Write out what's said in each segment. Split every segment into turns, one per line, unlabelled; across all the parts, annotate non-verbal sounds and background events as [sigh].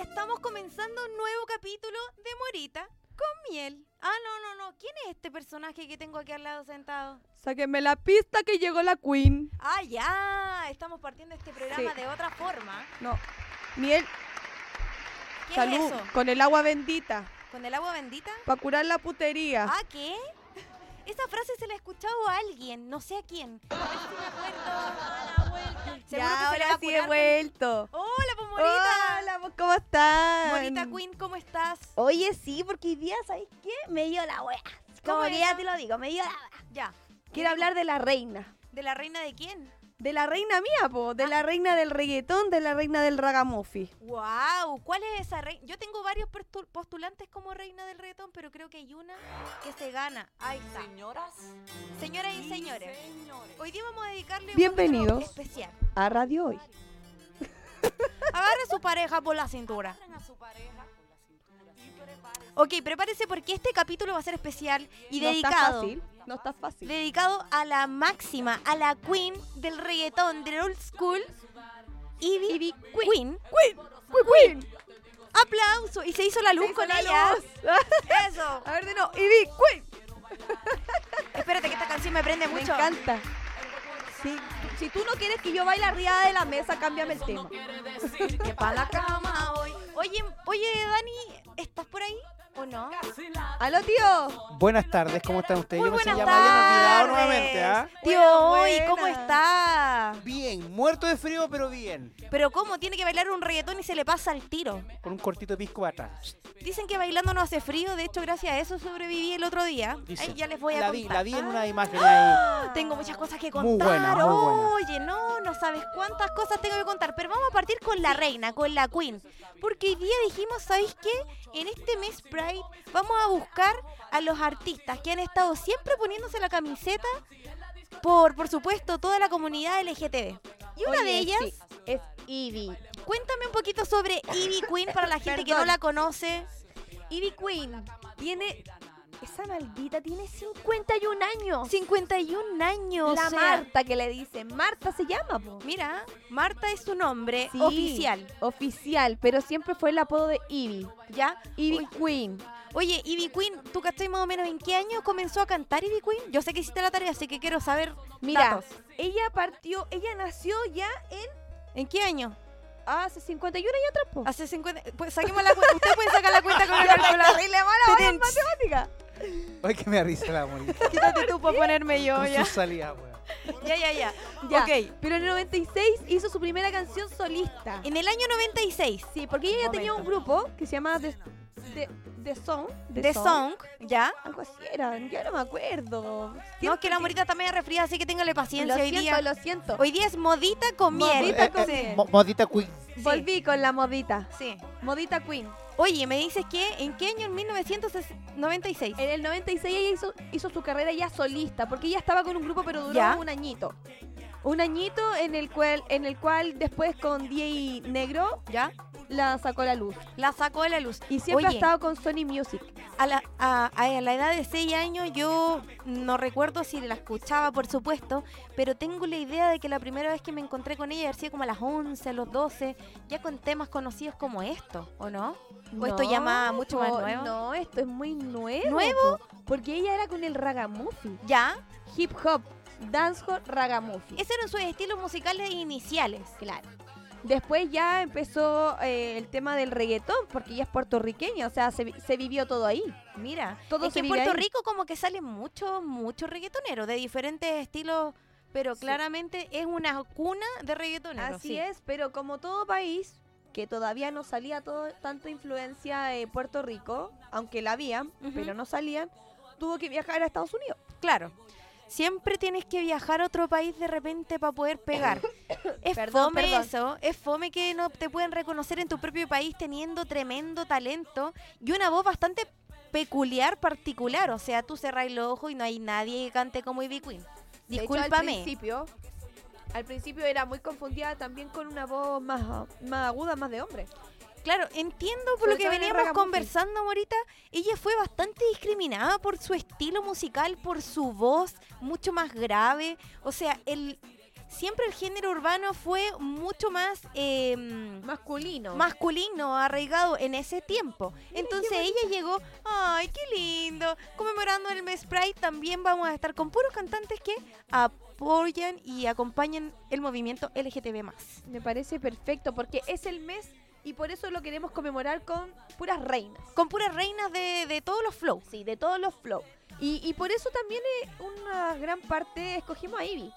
Estamos comenzando un nuevo capítulo de Morita con miel. Ah, no, no, no. ¿Quién es este personaje que tengo aquí al lado sentado?
Sáquenme la pista que llegó la Queen.
Ah, ya. Estamos partiendo este programa
Sí.
de otra forma.
No. Miel,
¿Qué
salud,
es eso?
con el agua bendita.
¿Con el agua bendita?
Para curar la putería.
¿Ah, qué? [laughs] Esa frase se la he escuchado a alguien, no sé a quién. A ver si me acuerdo.
Ya,
Seguro que se le va
ahora sí
a
he
curar
vuelto.
con- Hola, pues Morita.
Hola, vos, ¿cómo estás?
Morita Queen, ¿cómo estás?
Oye, sí, porque hoy día, ¿sabéis qué? Me dio la wea. Como
¿Cómo
que
eso?
ya te lo digo, me dio la wea.
Ya.
Quiero hablar de la reina.
¿De la reina de quién?
De la reina mía, po.
Ah.
De la reina del reggaetón, de la reina del ragamuffin.
¡Wow! ¿Cuál es esa reina? Yo tengo varios perstu- postulantes como reina del reggaetón, pero creo que hay una que se gana. Ahí está.
Señoras
Señoras y
y
señores,
señores.
hoy día vamos a dedicarle un
Bienvenidos.
capítulo especial.
A radio hoy.
Agarre a su pareja por la cintura.
Agarren a su pareja con la cintura y prepárense.
Ok, prepárese porque este capítulo va a ser especial y dedicado.
No está fácil. No está fácil.
dedicado a la máxima, a la queen del reggaetón, del old school, Ivy, queen. queen.
Queen.
Aplauso. Y se hizo la luz
hizo
con
la
ella.
luz.
[laughs] Eso.
A ver, de no. Ivy, Queen.
Espérate que esta canción me prende
Me
mucho.
encanta. Sí. Si tú no quieres que yo baile arriba de la mesa, cámbiame el tema.
Quiere decir que
Pa' la cama hoy. Oye, oye, Dani, ¿estás por ahí o no?
si la
¡Aló, tío!
Buenas tardes, ¿cómo están ustedes?
Muy
Yo pensé
buenas
ya me habían olvidado
tardes.
nuevamente, ¿ah?
Tío, hoy,
Buenas,
¿cómo
buenas.
está?
Bien, muerto de frío, pero bien.
Pero ¿cómo? Tiene que bailar un reggaetón y se le pasa el tiro.
Con un cortito pisco atrás.
Dicen que bailando no hace frío, de hecho, gracias a eso sobreviví el otro día.
Dice.
Ay, ya les voy a
la
contar. Ah.
vi, la vi en una imagen ahí.
Tengo muchas cosas que contar.
Muy buena, muy buena.
Oye, no, no sabes cuántas cosas tengo que contar. Pero vamos a partir con la reina, con la queen. Porque hoy día dijimos, ¿sabéis qué? En este mes Pride vamos a buscar a los artistas que han estado siempre poniéndose la camiseta por, por supuesto, toda la comunidad LGTB. Y una
Oye,
de ellas,
sí, es Ivy.
cuéntame un poquito sobre Ivy Queen para la gente que no
Perdón.
la conoce.
Ivy Queen tiene. Esa maldita tiene 51 años.
51 años.
la
o sea,
Marta que le dicen. Marta se llama, po.
Mira, Marta es su nombre
Sí,
oficial,
Oficial, pero siempre fue el apodo de Ivy.
¿ya?
Ivy
Uy,
Queen.
Oye, Ivy Queen, ¿tú cachai más o menos en qué año comenzó a cantar Ivy Queen? Yo sé que hiciste la tarea, así que quiero saber
Mira,
datos.
ella partió, ella nació ya en.
¿En qué año?
Hace 51 años atrás, po.
Hace 50... Pues saquemos la cuenta. Ustedes pueden sacar la cuenta con el calculador.
Ay, que me arriesga
[laughs]
la molita.
Quítate tú para ponerme yo
Con
ya.
sus salidas, weón.
Ya, ya, ya.
Ya.
Ok.
Pero en el 96 hizo su primera canción solista.
En el año 96,
Sí, porque ella ya tenía un
Momento.
grupo que se llamaba The, The, The Song.
The, Song, ¿ya?
Algo así era, ya no me acuerdo.
No, es que la morita está media resfriada, así que téngale
Lo
paciencia hoy
siento,
día.
lo siento.
Hoy día es modita con miel.
Modita con miel.
eh, mo- modita Queen.
Sí,
Volví con la modita.
Sí.
Modita Queen.
Oye, me dices que en qué año en 1996?
En el 96 ella hizo, hizo su carrera ya solista, porque ella estaba con un grupo pero duró
Ya.
un añito. Un añito en el cual, en el cual después con DJ Negro
¿Ya?
la sacó a la luz.
La sacó de la luz.
Y siempre ha
Oye.
estado con Sony Music.
A la, a- a la edad de 6 años yo no recuerdo si la escuchaba, por supuesto, pero tengo la idea de que la primera vez que me encontré con ella había sido como a las 11, a los 12, ya con temas conocidos como esto, ¿o no? ¿O esto ya más- mucho más
po,
nuevo?
No, esto es muy nuevo.
¿Nuevo?
po, porque ella era con el ragamuffin.
Ya,
Hip hop, dancehall, ragamuffin.
esos eran sus estilos musicales iniciales.
Claro. Después ya empezó eh, el tema del reggaetón, porque ella es puertorriqueña, o sea, se, vi- se vivió todo ahí.
Mira,
Todo
es que
se
en
vive
Puerto
ahí.
Rico como que salen muchos, muchos reggaetoneros de diferentes estilos, pero claramente es una cuna de reggaetoneros.
Así
sí.
es, pero como todo país, que todavía no salía todo, tanta influencia de Puerto Rico, aunque la habían,
Ujú.
pero no salían, tuvo que viajar a Estados Unidos.
Claro. Siempre tienes que viajar a otro país de repente para poder
[coughs]
pegar. es
Perdón,
fome
perdón.
eso, es fome que no te pueden reconocer en tu propio país teniendo tremendo talento y una voz bastante peculiar, particular. O sea, tú cerrás los ojos y no hay nadie que cante como Ivy Queen.
De hecho, al
Discúlpame.
principio, al principio era muy confundida también con una voz más, más aguda, más de hombre.
Claro, entiendo por
Sobre
lo que
todo en el
veníamos
ragamuffin.
conversando, Morita. Ella fue bastante discriminada por su estilo musical, por su voz, mucho más grave. O sea, el, siempre el género urbano fue mucho más em,
Masculino.
masculino, arraigado en ese tiempo. Entonces ella llegó, ay, qué lindo, conmemorando el mes Pride, también vamos a estar con puros cantantes que apoyan y acompañan el movimiento LGTB+.
Me parece perfecto porque es el mes y por eso lo queremos conmemorar con puras reinas.
Con puras reinas de, de todos los flows.
Sí, de todos los flow. Y, y por eso también eh, una gran parte escogimos a Ivy.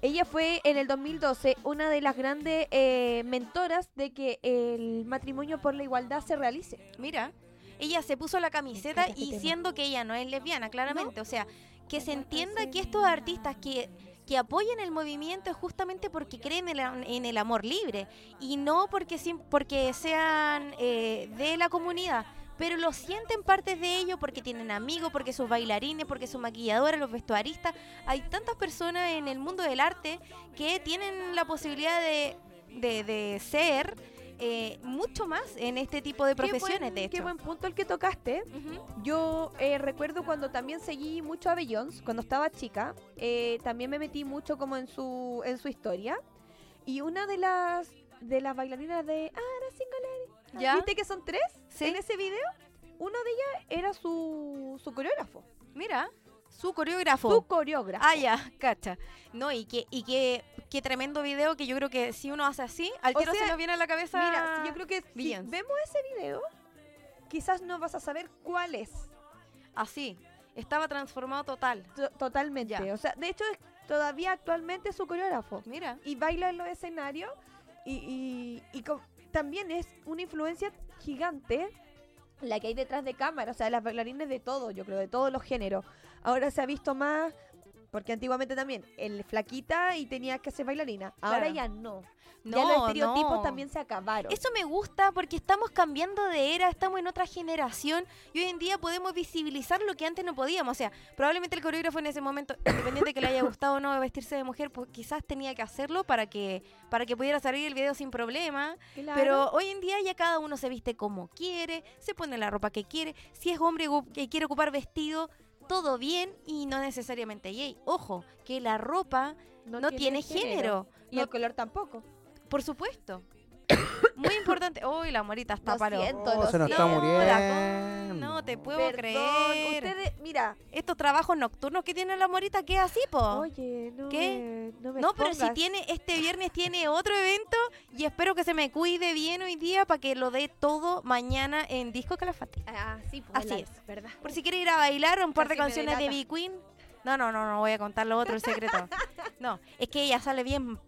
Ella fue en el 2012 una de las grandes eh, mentoras de que el matrimonio por la igualdad se realice.
Mira, ella se puso la camiseta
encanta este
y
tema.
siendo que ella no es lesbiana, claramente. O sea, que se entienda que estos artistas que, que apoyan el movimiento es justamente porque creen en el, en el amor libre y no porque, sim- porque sean eh, de la comunidad. Pero lo sienten partes de ello porque tienen amigos, porque sus bailarines, porque sus maquilladoras, los vestuaristas. Hay tantas personas en el mundo del arte que tienen la posibilidad de, de- de ser eh, mucho más en este tipo de profesiones,
qué buen,
de hecho.
Qué buen punto el que tocaste.
Ujú.
Yo eh, recuerdo cuando también seguí mucho a Beyoncé, cuando estaba chica, eh, también me metí mucho como en su, en su historia. Y una de las de las bailarinas de Ara Single Lady,
¿Ya?
¿viste que son tres
Sí.
en ese video? Una de ellas era su, su coreógrafo,
Mira, su coreógrafo.
su coreógrafo.
Ah, ya, cacha. No, y que, y que, qué tremendo video que yo creo que si uno hace así, al
O
tiro se
sea,
nos viene a la cabeza.
Mira, si yo creo que si
Beyoncé.
vemos ese video, quizás no vas a saber cuál es
Así. Estaba transformado total.
to- totalmente.
Ya.
O sea, de hecho, es- todavía actualmente es su coreógrafo.
Mira.
y baila en los escenarios y, y- y co- también es una influencia gigante la que hay detrás de cámara, o sea, las bailarines de todo, yo creo, de todos los géneros. Ahora se ha visto más, porque antiguamente también, el flaquita y tenía que ser bailarina, ahora
Claro.
ya no.
No,
ya los estereotipos
no.
también se acabaron.
Eso me gusta porque estamos cambiando de era, estamos en otra generación y hoy en día podemos visibilizar lo que antes no podíamos. O sea, probablemente el coreógrafo en ese momento, [coughs] independiente que le haya gustado o no vestirse de mujer, pues quizás tenía que hacerlo para que, para que pudiera salir el video sin problema. Pero hoy en día ya cada uno se viste como quiere, se pone la ropa que quiere. Si es hombre gu- que quiere ocupar vestido, todo bien y no necesariamente gay. Ojo, que la ropa no, tiene, género.
Y
No-
el color tampoco.
por supuesto. Muy importante. Uy, la morita está
Lo
paró.
siento.
Oh,
lo
se nos está
siento.
muriendo.
No te puedo
Perdón,
creer.
ustedes, mira.
Estos trabajos nocturnos que tiene la morita, ¿qué es así, po?
Oye, no
¿Qué?
me- no me
no, pero si
expongas.
tiene, este viernes tiene otro evento y espero que se me cuide bien hoy día para que lo dé todo mañana en Disco Calafate.
Ah, sí, pues,
Así
la-
es.
¿verdad?
Por si quiere ir a bailar un par de
Casi me
canciones de
delata.
B-Queen. No, no, no, no voy a contar lo otro, el secreto.
[laughs]
No, es que ella sale bien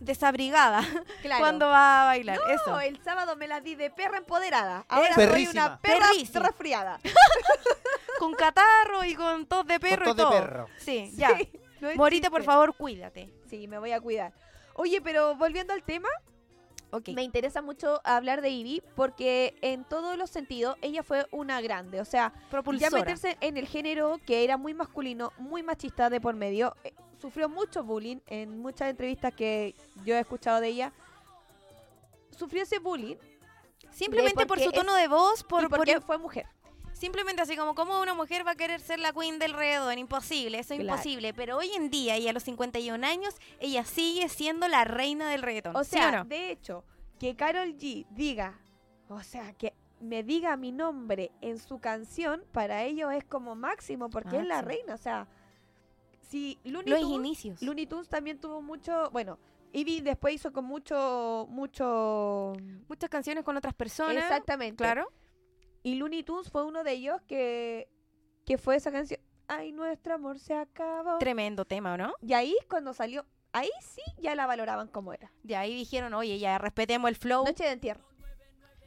desabrigada
Claro.
cuando va a bailar.
No,
Eso.
el sábado me las di de perra empoderada. Ahora soy
perrísima.
una perra
Perrísima.
resfriada.
Con catarro y con tos de perro
tos
y
de
todo.
perro.
Sí, ya.
Sí, [laughs] no es
Morita,
chiste.
por favor, cuídate.
Sí, me voy a cuidar. Oye, pero volviendo al tema,
Ok.
me interesa mucho hablar de Ivy porque en todos los sentidos ella fue una grande. O sea,
Propulsora.
ya meterse en el género que era muy masculino, muy machista de por medio, eh, sufrió mucho bullying en muchas entrevistas que yo he escuchado de ella. Sufrió ese bullying
Simplemente
de
por
porque
su
es-
tono de voz,
por,
por, por-
porque fue mujer.
simplemente así como cómo una mujer va a querer ser la queen del redón, imposible, eso es
Claro.
imposible, pero hoy en día y a los 51 años ella sigue siendo la reina del reggaetón.
O
¿sí
sea,
no?
de hecho, que Carol G diga, o sea, que me diga mi nombre en su canción, para ellos es como máximo, porque es la
Máximo.
reina. O sea, si Looney
los
Tunes,
inicios.
Looney Tunes también tuvo mucho, bueno, Ivy después hizo con mucho, mucho...
Muchas canciones con otras personas.
Exactamente.
Claro.
Y Looney Tunes fue uno de ellos que, que fue esa canción. Ay, nuestro amor se acabó.
Tremendo tema, ¿o ¿no?
y ahí cuando salió, ahí sí ya la valoraban como era.
De ahí dijeron, oye, ya respetemos el flow.
Noche de entierro.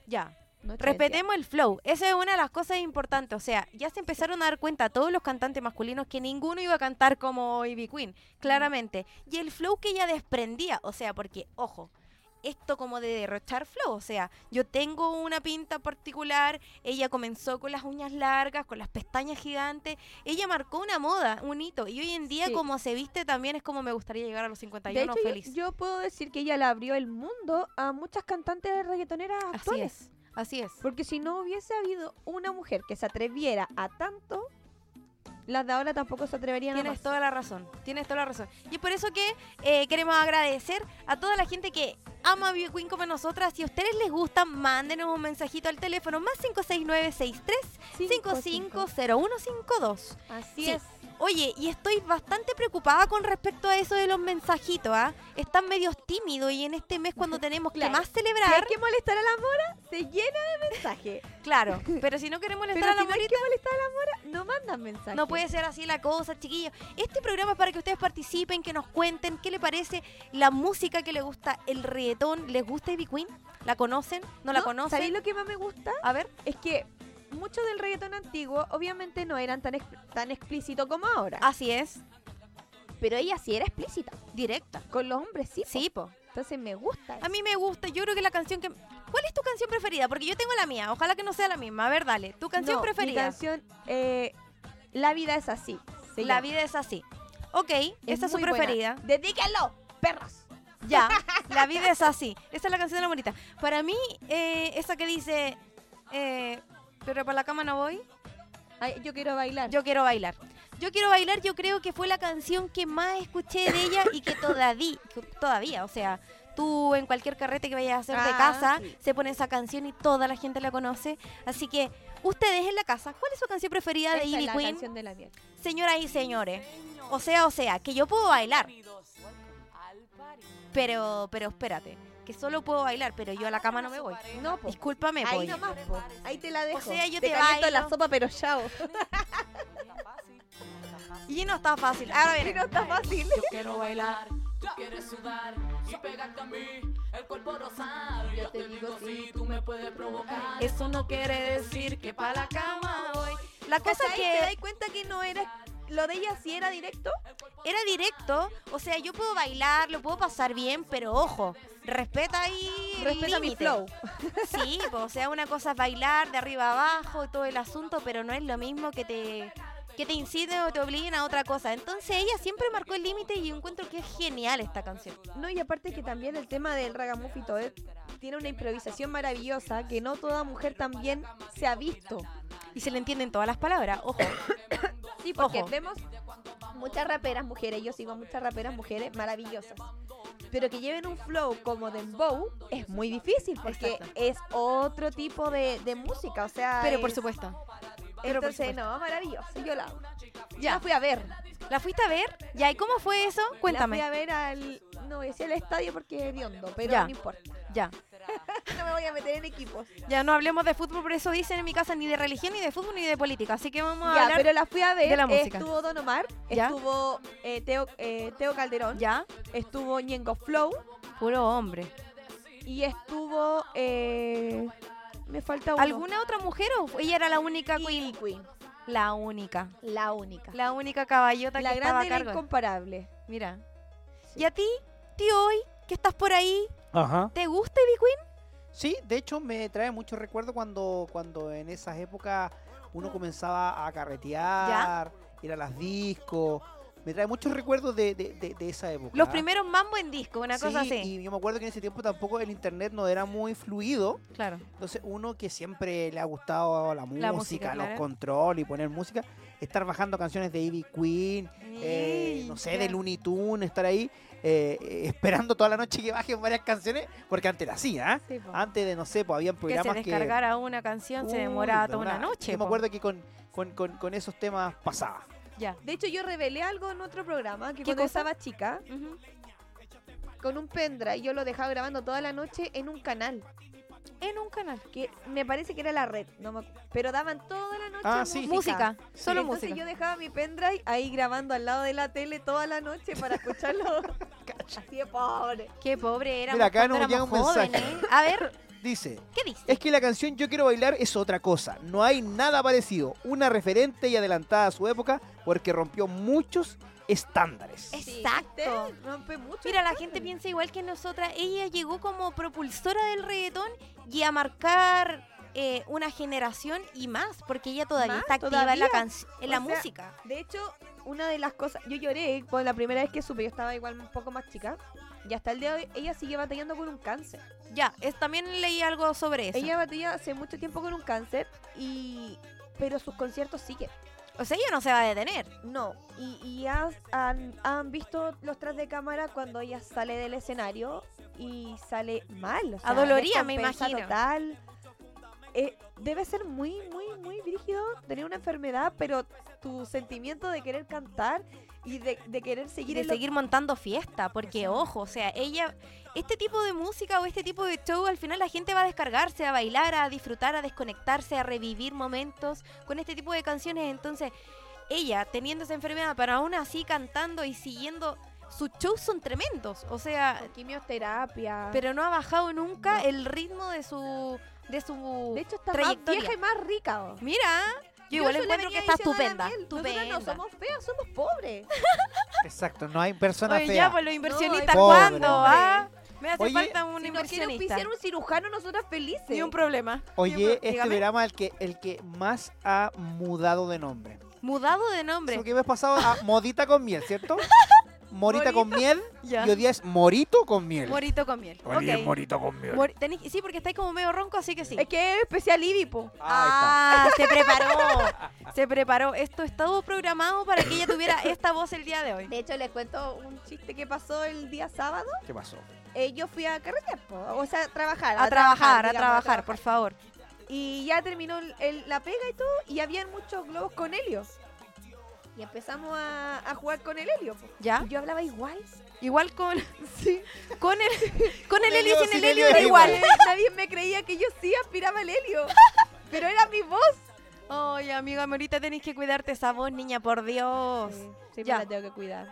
Ya,
Noche de entierro.
respetemos el flow. Esa es una de las cosas importantes. O sea, ya se empezaron a dar cuenta todos los cantantes masculinos que ninguno iba a cantar como Ivy Queen, claramente.
Mm.
Y el flow que ella desprendía, o sea, porque, ojo. Esto como de derrochar flow, o sea, yo tengo una pinta particular, ella comenzó con las uñas largas, con las pestañas gigantes, ella marcó una moda, un hito, y hoy en día
Sí.
como se viste también es como me gustaría llegar a los 51
De hecho, yo-
feliz.
Yo, puedo decir que ella le abrió el mundo a muchas cantantes reggaetoneras
Así
actuales.
es, así es.
Porque si no hubiese habido una mujer que se atreviera a tanto, Las de ahora tampoco se atreverían a
Tienes
más.
toda la razón, tienes toda la razón. Y es por eso que eh, queremos agradecer a toda la gente que ama a Bio Queen como nosotras. Si a ustedes les gusta, mándenos un mensajito al teléfono más 569-63-550152.
Así
Sí.
es.
Oye, y estoy bastante preocupada con respecto a eso de los mensajitos, ¿ah? Están medios tímidos y en este mes
[laughs]
cuando tenemos
Claro.
que más
Si hay [laughs]
celebrar,
que molestar a la mora, se llena de
[laughs]
mensajes.
claro, pero si no queremos
Pero
molestar
si
a la
no hay que molestar a la mora, no mandan mensajes.
No puede ser así la cosa, chiquillos. Este programa es para que ustedes participen, que nos cuenten qué le parece la música que les gusta, el reggaetón. ¿Les gusta Ivy Queen? ¿La conocen? ¿No, la conocen?
¿Sabéis lo que más me gusta?
A ver,
Es que mucho del reggaetón antiguo obviamente no eran tan, ex- tan explícito como ahora.
así es.
Pero ella sí era explícita.
Directa.
Con los hombres sí. po.
Sí, po.
Entonces me gusta.
A mí me gusta, yo creo que la canción que... ¿Cuál es tu canción preferida? Porque yo tengo la mía, ojalá que no sea la misma. A ver, dale, tu canción
No, mi
preferida.
canción, eh, La vida es así. se
La
llama.
vida es así. Ok,
Es
esa es su
muy buena.
preferida.
[laughs] Dedíquenlo, perros. [laughs]
Ya, la vida es así. Esa es la canción de la bonita. Para mí, eh, esa que dice, eh, pero para la cama no voy,
Ay, yo quiero bailar.
yo quiero bailar. Yo quiero bailar, yo creo que fue la canción que más escuché de ella y que todavía, todavía, o sea, tú en cualquier carrete que vayas a hacer de
Ah,
casa,
sí.
se pone esa canción y toda la gente la conoce. Así que, ustedes en la casa, ¿cuál es su canción preferida
Esa
de
es
Ivy
la
Queen?
canción de la miel.
Señoras y señores, o sea, o sea, que yo puedo bailar. Pero, pero espérate, que solo puedo bailar, pero yo a la cama no me voy.
No, po.
Discúlpame,
Ahí
voy.
nomás, po. Ahí te la dejo.
pues. sea, yo te
caliento
bailo.
la sopa, pero chao.
Y no está fácil. Ahora viene.
no está fácil.
Yo quiero bailar, tú quieres sudar y pegarte a mí el cuerpo rosado. Yo te digo si tú me puedes provocar. Eso no quiere decir que pa la cama voy.
La cosa es
¿Cachai? ¿Te
que
das cuenta que no era... Lo de ella sí era directo?
era directo, o sea, yo puedo bailar, lo puedo pasar bien, pero ojo, respeta ahí el
Respeta mi
límite.
flow.
[laughs] Sí, po, o sea, una cosa es bailar de arriba abajo y todo el asunto, pero no es lo mismo que te que te inciten o te obliguen a otra cosa. Entonces ella siempre marcó el límite y yo encuentro que es genial esta canción.
No, y aparte que también el tema del ragamuffin y todo eh, tiene una improvisación maravillosa que no toda mujer también se ha visto.
Y se le entienden todas las palabras, ojo.
Sí, porque
Ojo.
vemos muchas raperas mujeres, yo sigo a muchas raperas mujeres maravillosas. Pero que lleven un flow como Dembow es muy difícil porque
Exacto.
es otro tipo de, de música, o sea,
Pero por
es-
supuesto. pero por
entonces no, maravilloso, yo la amo. Ya la fui a ver.
¿La fuiste a ver? Ya, ¿y cómo fue eso? Cuéntame.
La fui a ver al no, decía al estadio porque es hediondo, pero
Ya.
no importa.
Ya.
No me voy a meter en equipos.
Ya no hablemos de fútbol, por eso dicen en mi casa ni de religión, ni de fútbol, ni de política. Así que vamos a
Ya,
hablar.
pero la fui a ver.
de la música.
Estuvo Don Omar,
Ya.
estuvo eh, Teo, eh, Teo Calderón,
Ya,
estuvo Ñengo Flow
puro hombre.
y estuvo. eh, me falta uno.
¿Alguna otra mujer o fue- ella era la única
Queen,
queen?
Queen,
La única.
la única.
La única caballota
La
que estaba
grande
a
y la
cargo.
incomparable.
Mira. ¿Y a ti, tío, hoy, que estás por ahí,
Ajá.
te gusta Ivy Queen?
Sí, de hecho me trae mucho recuerdo cuando, cuando en esas épocas uno comenzaba a carretear, ir a las discos. Me trae muchos recuerdos de, de- de- de esa época.
Los primeros mambo en disco, una cosa
Ah. Sí,
así.
Y yo me acuerdo que en ese tiempo tampoco el internet no era muy fluido.
Claro.
Entonces, uno que siempre le ha gustado la música,
música, claro.
los controles y poner música, estar bajando canciones de Ivy Queen, eh, no sé, de Looney Tunes, estar ahí eh, eh, esperando toda la noche que bajen varias canciones, porque antes era así, ¿ah?
Sí, po.
Antes de, no sé, pues habían
Que se
programas que.
descargara una canción se
Uy,
demoraba
de
toda una
verdad.
noche.
Yo
po.
me acuerdo que con, con, con- con esos temas pasaba.
Ya.
De hecho, yo revelé algo en otro programa que
¿Qué
cuando
cosa?
estaba chica,
Ujú.
con un pendrive, yo lo dejaba grabando toda la noche en un canal.
En un canal.
Que me parece que era la red, no me acu- pero daban toda la noche
Ah, sí.
Música,
música.
solo
Entonces
música.
yo dejaba mi pendrive ahí grabando al lado de la tele toda la noche para [laughs] escucharlo. Así de pobre.
Qué pobre era.
Mira, acá
cuando
nos llega
éramos
un mensaje.
jóvenes. A ver,
Dice.
¿qué dice?
Es que la canción Yo quiero bailar es otra cosa, no hay nada parecido, una referente y adelantada a su época porque rompió muchos estándares.
Exacto.
Usted rompe mucho.
Mira, la gente piensa igual que nosotras. Ella llegó como propulsora del reggaetón y a marcar eh, una generación y más, porque ella todavía
Más,
está activa en la,
todavía.
canc- en la
O sea,
música.
De hecho, una de las cosas. Yo lloré por la primera vez que supe, yo estaba igual un poco más chica. Y hasta el día de hoy, ella sigue batallando con un cáncer.
Ya, es, también leí algo sobre eso.
Ella batalla hace mucho tiempo con un cáncer y. Pero sus conciertos siguen.
O sea, ella no se va a detener.
No, y, y has- han, han visto los tras de cámara cuando ella sale del escenario y sale mal. O sea,
Adolorida, me
descompensa
imagino.
Total. Eh, debe ser muy, muy, muy brígido tener una enfermedad, pero tu sentimiento de querer cantar y de, de querer
Y
seguir
de
en lo-
seguir montando fiesta, porque ojo, o sea, ella, este tipo de música o este tipo de show, al final la gente va a descargarse, a bailar, a disfrutar, a desconectarse, a revivir momentos con este tipo de canciones. Entonces, ella teniendo esa enfermedad, pero aún así cantando y siguiendo, sus shows son tremendos. O sea,
con quimioterapia.
pero no ha bajado nunca
No.
el ritmo de su de su
de hecho, está más
trayectoria.
vieja y más rica. oh.
mira yo igual
Yo se le
encuentro que
venía
está
diciendo a
estupenda
Daniel,
estupenda
Nosotras no somos feas, somos pobres.
Exacto, no hay persona
Oye,
fea.
ya pues los inversionistas
pobre,
cuándo
hombre.
ah? me hace
Oye,
falta un
Si nos quiere
inversionista
auspiciar un cirujano, nosotras felices.
ni un problema
Oye, este
dígame.
verano el que, el que más ha mudado de nombre.
mudado de nombre
Porque me has
[laughs]
pasado a modita con miel, ¿cierto? Morita con miel
ya
y hoy día es morito con miel.
morito con miel
Hoy día es
Ok.
morito con miel.
Mor- tenés- sí porque estáis como medio ronco así que sí
Es que es especial Ivy, po.
Ah,
Ah, se preparó. Se preparó. Esto estaba programado para que ella tuviera esta voz el día de hoy.
De hecho, les cuento un chiste que pasó el día sábado.
¿Qué pasó?
Eh, yo fui a carretear, po, o sea, a trabajar.
A trabajar, a
digamos,
trabajar, por favor.
Y ya terminó el- el- la pega y todo, y habían muchos globos con helio. Y empezamos a, a jugar con el helio. po.
¿Ya?
Y Yo hablaba igual. [laughs]
Igual con. Con el, con el helio
Helio,
y sin
sin
el
helio
helio da
es
igual.
[laughs] Nadie me creía que yo sí aspiraba el [laughs] helio. Pero era mi voz.
Ay, amiga, ahorita tenéis que cuidarte esa voz, niña, por Dios.
sí,
ya.
me la tengo que cuidar.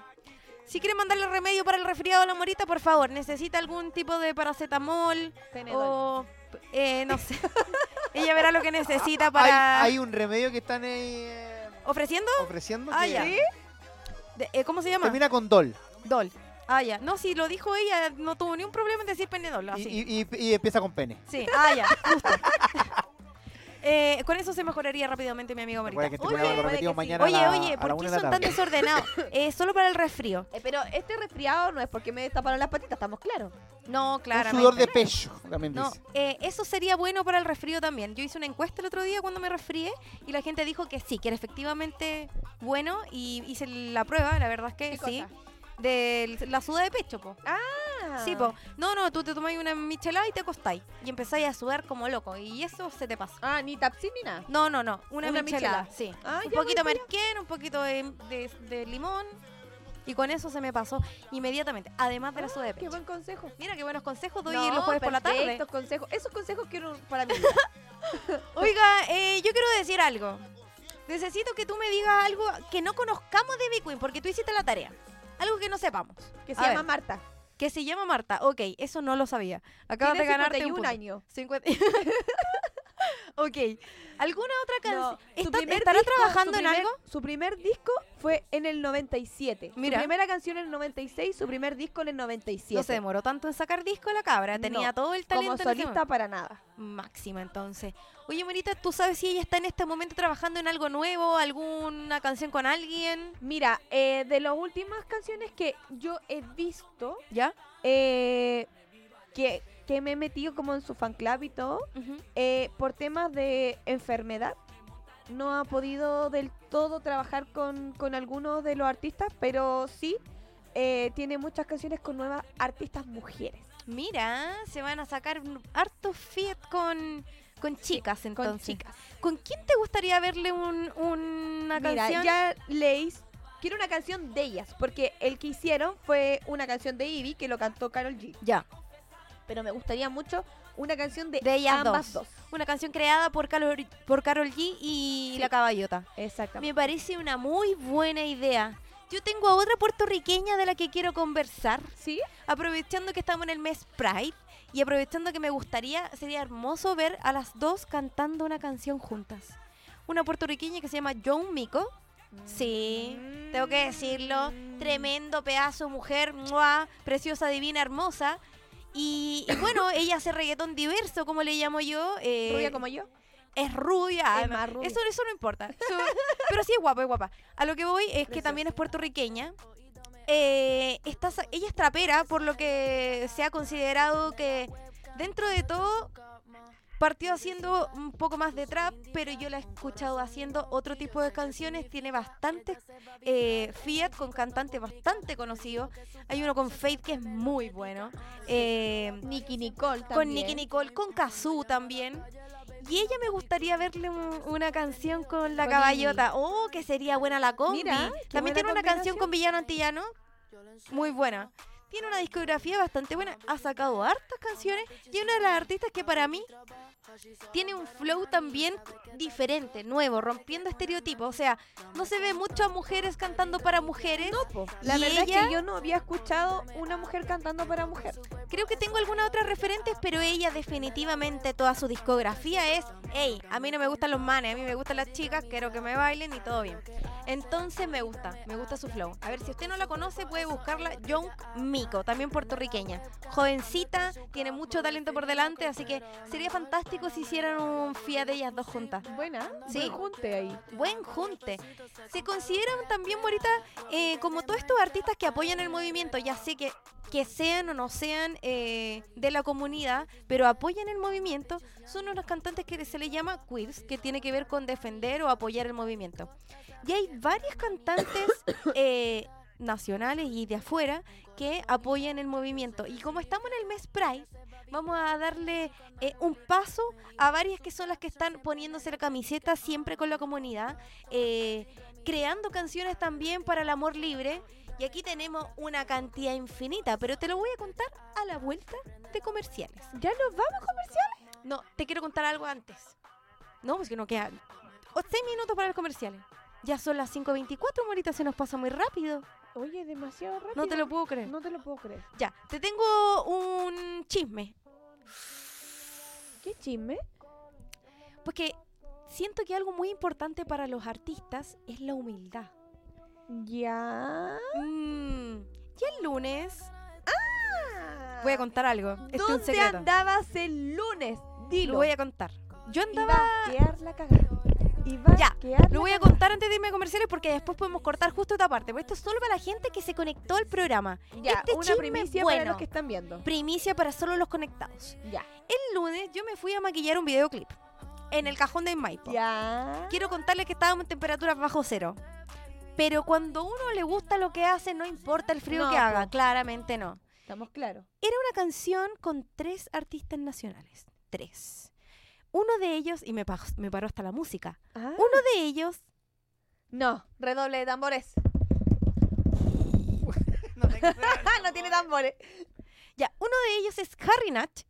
Si quiere mandarle remedio para el resfriado a la morita, por favor, necesita algún tipo de paracetamol o. eh, no
[laughs]
sé. Ella verá lo que necesita para.
Hay, hay un remedio que están eh,
¿Ofreciendo?
ofreciendo
Ah,
que
ya. De- eh, ¿Cómo se llama?
termina con dol
Oh,
Dol. Ah, ya. No, si lo dijo ella, no tuvo ni un problema en decir penedol.
y,
Así.
y- y- y empieza con pene.
Sí, ah, ya, justo. [laughs] Eh, con eso se mejoraría rápidamente mi amigo
Recuerda que
morita.
este
Oye,
programa lo
puede que
repetimos
sí.
mañana
Oye,
a la-
oye,
a la
¿por
una
qué
de la
son tan
tarde. [laughs]
desordenados? Eh, solo para el resfrío.
Eh, pero este resfriado no es porque me destaparon las patitas, estamos claros.
No,
Un
claramente.
sudor de pecho, también
No,
dice.
eh, eso sería bueno para el resfrío también. Yo hice una encuesta el otro día cuando me resfrié y la gente dijo que sí, que era efectivamente bueno y hice la prueba, la verdad es que
¿Qué
sí. De la suda de pecho, po.
Ah.
Sí, po. No, no, tú te tomáis una michelada y te acostáis. Y empezáis a sudar como loco. Y eso se te pasa.
Ah, ni tapsin ni nada.
No, no, no. Una,
Una
michelada,
michelada.
sí.
Ah,
un
ya,
poquito de merquén, un poquito de, de- de limón. Y con eso se me pasó inmediatamente. Además de la suda de
Qué
pecho.
buen consejo.
Mira qué buenos consejos doy
No,
los jueves por la tarde.
perfectos consejos. Esos consejos quiero para [laughs] mí.
Oiga, eh, yo quiero decir algo. Necesito que tú me digas algo que no conozcamos de Big Queen, porque tú hiciste la tarea. Algo que no sepamos.
Que se
A
llama
ver,
Marta.
Que se llama Marta. Ok, eso no lo sabía. Acabas de
Tiene
ganarte
51
un punto.
años.
50. [laughs] ok. ¿Alguna otra
No,
canción?
su
¿Está-
primer
¿Estará
disco-
trabajando
su
en
primer-
algo?
Su primer disco fue en el 97.
Mira.
Su primera canción en el 96, su primer disco en el 97.
No se demoró tanto en sacar disco la cabra. Tenía
No,
todo el talento. en
Como
ese
solista para nada.
momento. Máxima, entonces. Oye, Marita, ¿tú sabes si ella está en este momento trabajando en algo nuevo? ¿Alguna canción con alguien?
Mira, eh, de las últimas canciones que yo he visto,
¿Ya?
eh, que, que me he metido como en su fan club y todo,
Ujú.
eh, por temas de enfermedad no ha podido del todo trabajar con, con algunos de los artistas, pero sí eh, tiene muchas canciones con nuevas artistas mujeres.
Mira, se van a sacar un- harto Fiat con, con chicas,
Con
entonces.
chicas.
¿Con quién te gustaría verle un- una
Mira,
canción?
ya leéis. Quiero una canción de ellas, porque el que hicieron fue una canción de Ivy que lo cantó Carol G.
Ya.
Pero me gustaría mucho una canción de,
De ellas
ambas
dos.
dos.
Una canción creada por Carol, por Karol G y La Caballota.
Exactamente.
Me parece una muy buena idea. Yo tengo a otra puertorriqueña de la que quiero conversar.
¿Sí?
Aprovechando que estamos en el mes Pride y aprovechando que me gustaría, sería hermoso ver a las dos cantando una canción juntas. Una puertorriqueña que se llama Joan Mico. Sí, tengo que decirlo. Tremendo pedazo, mujer, ¡mua! preciosa, divina, hermosa. Y, y
[coughs]
bueno, ella hace reggaetón diverso, como le llamo yo. eh,
Rubia como yo.
es rubia.
Es
no,
más rubia.
Eso, eso no importa. Su- pero sí es guapa, es guapa. A lo que voy es que
Preciosa.
también es puertorriqueña. Eh, está sa- ella es trapera, por lo que se ha considerado que dentro de todo Partió haciendo un poco más de trap, pero yo la he escuchado haciendo otro tipo de canciones. Tiene bastantes eh, Fiat con cantantes bastante conocidos. Hay uno con Faith que es muy bueno. Eh,
Nicky Nicole también.
con Nicky Nicole, con Kazoo también. Y ella me gustaría verle un- una canción con la
Con
caballota. Oh, que sería buena la combi.
Mira, qué buena
También tiene una
combinación.
canción con Villano Antillano. Muy buena. Tiene una discografía bastante buena. Ha sacado hartas canciones. Y una de las artistas que para mí tiene un flow también diferente, nuevo, rompiendo estereotipos. O sea, no se ve mucho a mujeres cantando para mujeres.
La
¿Y
verdad es
ella?
que yo no había escuchado una mujer cantando para mujer.
Creo que tengo algunas otras referentes, pero ella definitivamente toda su discografía es, hey, a mí no me gustan los manes, a mí me gustan las chicas, quiero que me bailen y todo bien. Entonces me gusta, me gusta su flow. A ver, si usted no la conoce, puede buscarla Young Miko, también puertorriqueña. Jovencita, tiene mucho talento por delante, así que sería fantástico si hicieran un fiat de ellas dos juntas.
Buena,
Sí.
buen junte ahí.
Buen junte. Se consideran también, Morita, eh, como todos estos artistas que apoyan el movimiento, ya sé que, que sean o no sean eh, de la comunidad, pero apoyan el movimiento, son unos cantantes que se les llama queers, que tiene que ver con defender o apoyar el movimiento. Y hay varios cantantes [coughs] eh, nacionales y de afuera que apoyan el movimiento. Y como estamos en el mes Pride, vamos a darle eh, un paso a varias que son las que están poniéndose la camiseta siempre con la comunidad, eh, creando canciones también para el amor libre. Y aquí tenemos una cantidad infinita, pero te lo voy a contar a la vuelta de comerciales.
¿Ya nos vamos comerciales?
No, te quiero contar algo antes. No, pues que no quedan 6 minutos para los comerciales. Ya son las 5.24, Morita, se nos pasa muy rápido.
Oye, demasiado rápido.
No te lo puedo creer.
No te lo puedo creer.
Ya, te tengo un chisme.
¿Qué chisme?
Porque siento que algo muy importante para los artistas es la humildad.
Ya.
Mm, y el lunes voy a contar algo. Este es un
¿Dónde
secreto.
andabas el lunes? Dilo.
Lo voy a contar. Yo andaba.
Iba a quedar la cagada. Iba a
Ya,
quedar
Lo
la
voy a
cagada.
contar antes de irme a comerciales porque después podemos cortar justo esta parte. Pero esto es solo para la gente que se conectó al programa.
Ya,
este
una
chisme
primicia
bueno.
para los que están viendo.
Primicia para solo los conectados.
Ya.
El lunes yo me fui a maquillar un videoclip en el cajón de Maipo.
Ya.
Quiero contarles que estábamos en temperaturas bajo cero. Pero cuando uno le gusta lo que hace, no importa el frío
No,
que haga.
po.
Claramente no.
Estamos claros.
una canción con tres artistas nacionales. Tres. Uno de ellos, y me, pa- me paró hasta la música,
Ah.
uno de ellos,
No, redoble de tambores.
No tengo idea.
[laughs]
Ah, [laughs] no tiene tambores.
ya, uno de ellos es Harry Natch,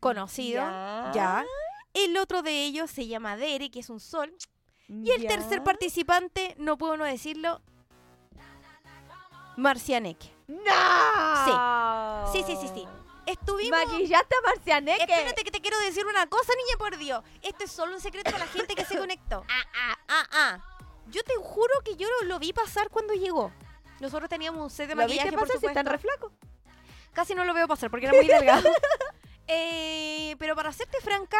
conocido,
Ya.
ya. El otro de ellos se llama Dere, que es un sol. Y el
Ya.
tercer participante, no puedo no decirlo, Marcianek.
¡No!
Sí, sí, sí, sí. Estuvimos...
Maquillaste a Marcianeque.
Espérate que te quiero decir una cosa, niña, por Dios. Esto es solo un secreto para la gente
[laughs]
que se conectó. Ah, ah, ah, ah. Yo te juro que yo lo, lo vi pasar cuando llegó. Nosotros teníamos un set de
¿Lo viste
maquillaje, por
pasar si
supuesto.
están re flacos?
Casi no lo veo pasar porque era muy
[laughs]
delgado. Eh, pero para serte franca,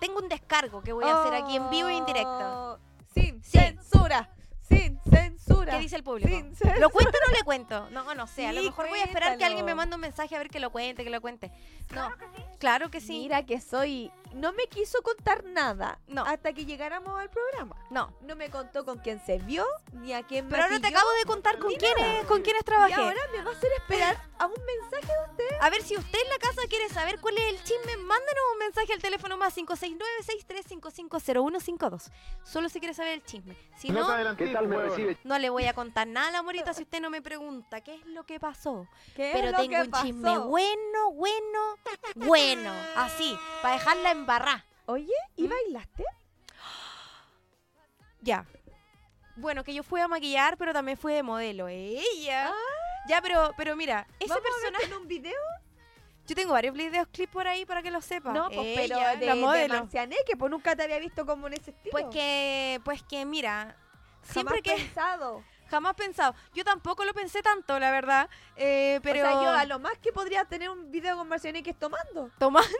tengo un descargo que voy a hacer aquí en vivo e indirecto.
Sin
Sí.
censura. Sin censura.
¿Qué dice el público?
Oh, Sin censura.
¿Lo cuento o no le cuento? No, no sé. A lo
Sí,
mejor voy a esperar que
cuéntalo.
alguien me mande un mensaje a ver que lo cuente, que lo cuente. No, claro que sí.
Mira que soy. No me quiso contar nada
No.
hasta que llegáramos al programa.
No,
No me contó con quién se vio ni a quién
Pero ahora te
maquilló,
acabo de contar con
ni
quiénes,
nada.
con quiénes
Y
trabajé.
ahora me va a hacer esperar a un mensaje de usted.
A ver, si usted en la casa quiere saber cuál es el chisme, mándanos un mensaje al teléfono más 569-6355-0152. Solo si quiere saber el chisme. Si no,
¿Qué tal me recibe?
no le voy a contar nada a la morita si usted no me pregunta qué es lo que pasó.
¿Qué es
Pero
lo
tengo
que
un chisme
pasó?
bueno, bueno, bueno. Así, para dejarla embarrá.
Oye, ¿y bailaste?
Ya. Bueno, que yo fui a maquillar, pero también fui de modelo. Ella. Ya, pero, pero mira, ese
Ah. ¿Vamos a verte
personaje.
en un video?
Yo tengo varios videos clips por ahí para que lo sepan.
No, pues, pero
Ella,
de,
la
de
modelo.
Marcianeque, pues nunca te había visto como en ese estilo.
pues que, pues que mira, siempre
Jamás
que
pensado.
jamás pensado. Yo tampoco lo pensé tanto, la verdad. eh, pero
O sea, yo a lo más que podría tener un video con Marcianeque es tomando.
[laughs] tomando.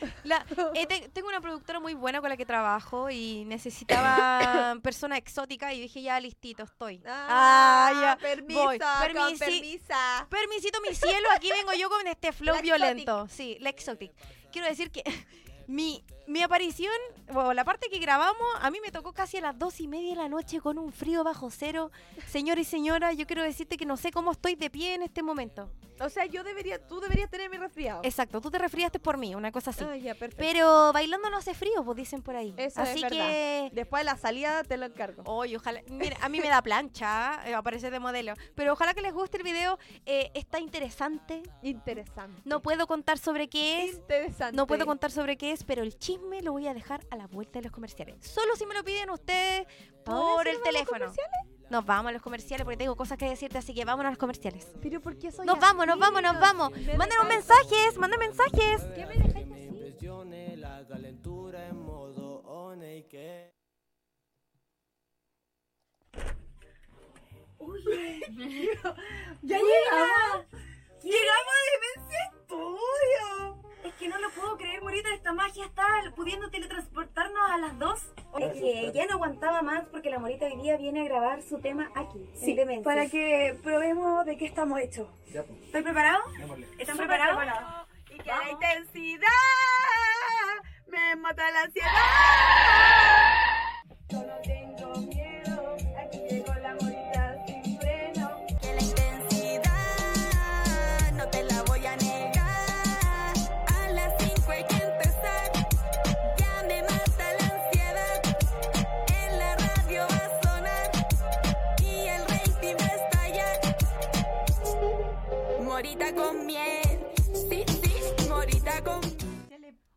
[laughs]
La- eh, te- tengo una productora muy buena con la que trabajo y
[coughs]
necesitaba persona exótica y dije ya listito estoy. Ah, ya.
Permisa,
voy.
con
Permisi-
permisa.
Permisito mi cielo, aquí vengo yo con este flow
La
violento. Sí, la exotic. Quiero decir que [laughs] mi, mi aparición, o la parte que grabamos, a mí me tocó casi a las dos y media de la noche con un frío bajo cero. Señor y señora, yo quiero decirte que no sé cómo estoy de pie en este momento.
O sea, yo debería, tú deberías tener mi resfriado.
Exacto, tú te resfriaste por mí, una cosa así.
Ah, ya, perfecto.
Pero bailando no hace frío, pues dicen por ahí.
Eso es
así
verdad.
que...
Después de la salida te lo encargo.
Oye, ojalá. Mira, a mí me da plancha eh, aparecer de modelo. Pero ojalá que les guste el video. eh, está interesante.
Interesante.
No puedo contar sobre qué es.
Interesante.
No puedo contar sobre qué es, pero el chisme lo voy a dejar a la vuelta de los comerciales. Solo si me lo piden ustedes
¿Ahora
por
sí
el
nos vamos a los
teléfono. Nos vamos a los comerciales porque tengo cosas que decirte, así que vámonos a los comerciales.
Pero ¿por qué soy
Nos vamos, nos
así?
vamos, nos vamos.
Me
Mándenos
dejaste-
mensajes, manden mensajes.
¿Qué me dejáis
me
así?
impresione la calentura en modo on y que...
[laughs] ¡Ya llegamos! ¡Llegamos a Demencia Estudio! Es que no lo puedo creer, Morita, esta magia está pudiendo teletransportarnos a las dos. Es que ya no aguantaba más porque la Morita hoy día viene a grabar su tema aquí, sí, en Demencia.
para que probemos de qué estamos hechos.
¿Están preparados? ¿Están preparados?
Y que la intensidad me mata la ansiedad. Solo tengo miedo, aquí llegó la morita sin freno.
Que la intensidad no te la voy a negar. A las 5 hay que empezar. Ya me mata la ansiedad. En la radio va a sonar. Y el rating va a estallar. Morita con miel. Sí, sí, morita con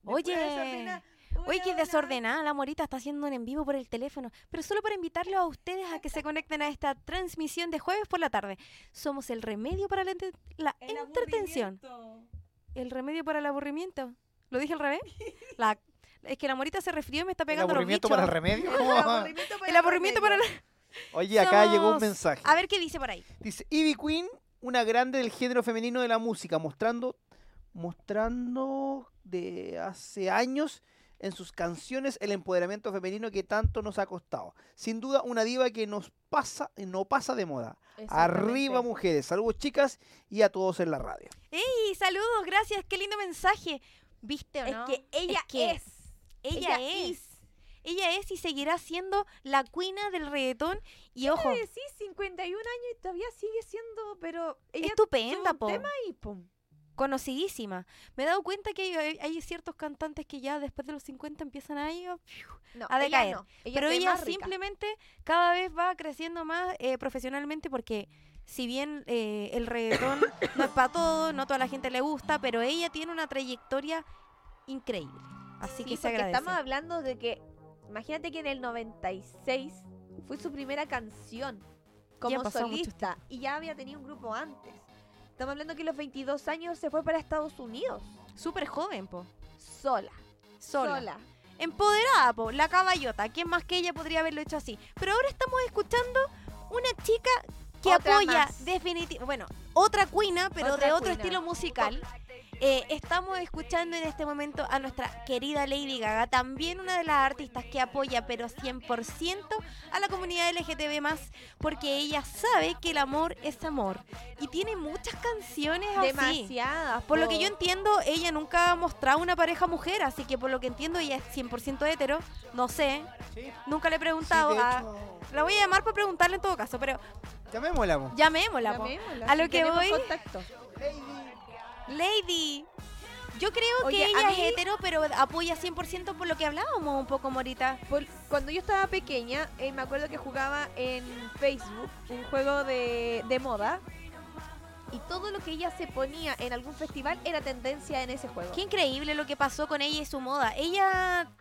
Oye.
desordenar.
Oye, qué
hola.
desordenada la morita está haciendo un en vivo por el teléfono, pero solo para invitarlos a ustedes a que se conecten a esta transmisión de jueves por la tarde. Somos el remedio para la, ente- la entretención. El remedio para el aburrimiento. ¿Lo dije al revés? La- es que la morita se resfrió y me está
¿El
pegando los
aburrimiento
bichos.
para el [laughs] remedio?
El
¿Cómo va?
[laughs]
aburrimiento para
El aburrimiento para la...
Oye, acá llegó un
Somos-
mensaje.
A ver qué dice por ahí.
Dice, Ivy Queen, una grande del género femenino de la música, mostrando, mostrando de hace años en sus canciones el empoderamiento femenino que tanto nos ha costado. Sin duda, una diva que nos pasa, no pasa de moda. Arriba, mujeres. Saludos, chicas, y a todos en la radio.
Y saludos, gracias, qué lindo mensaje. ¿Viste o
Es
no?
que ella
Es que
es.
Ella,
ella
es.
is.
Ella es y seguirá siendo la cuina del reggaetón. Y ojo,
Sí, sí, 51 años y todavía sigue siendo, pero ella
estupenda,
tuvo
po.
un tema y pum.
Conocidísima. Me he dado cuenta que hay, hay ciertos cantantes que ya después de los 50 empiezan a ir.
No,
Ha de
ella
caer.
no. Ella
pero
se ve
ella
más rica.
simplemente cada vez va creciendo más eh, profesionalmente porque si bien eh, el reggaetón no es para todo, no toda la gente le gusta, pero ella tiene una trayectoria increíble. Así
Sí,
que se
porque
agradece.
estamos hablando de que, imagínate que en el 96 fue su primera canción
Ya
como
pasó mucho
solista y ya había tenido un grupo antes. Estamos hablando que a los 22 años se fue para Estados Unidos,
Súper joven, po.
sola,
Sola.
sola.
Empoderada, po. La caballota. ¿Quién más que ella podría haberlo hecho así? Pero ahora estamos escuchando una chica que
Otra
apoya
más.
definitivamente. Bueno, otra cuina, pero
Otra
de otro
cuina.
estilo musical. Eh, estamos escuchando en este momento a nuestra querida Lady Gaga, también una de las artistas que apoya, pero 100% a la comunidad LGTB, porque ella sabe que el amor es amor. Y tiene muchas canciones así.
Demasiadas.
Por lo que
po.
yo entiendo, ella nunca ha mostrado una pareja mujer, así que por lo que entiendo, ella es 100% hetero. No sé, nunca le he preguntado. a- La voy a llamar para preguntarle en todo caso, pero
llamémosla. po.
llamémosla. po.
Llamémosla,
A lo
sí,
que
tenemos
voy-
contacto.
Lady, yo creo
Oye,
que
a
ella
mí-
es hetero, pero apoya 100% por lo que hablábamos un poco, Morita.
Por- cuando yo estaba pequeña, eh, me acuerdo que jugaba en Facebook un juego de, de moda. Y todo lo que ella se ponía en algún festival era tendencia en ese juego.
Qué increíble lo que pasó con ella y su moda. Ella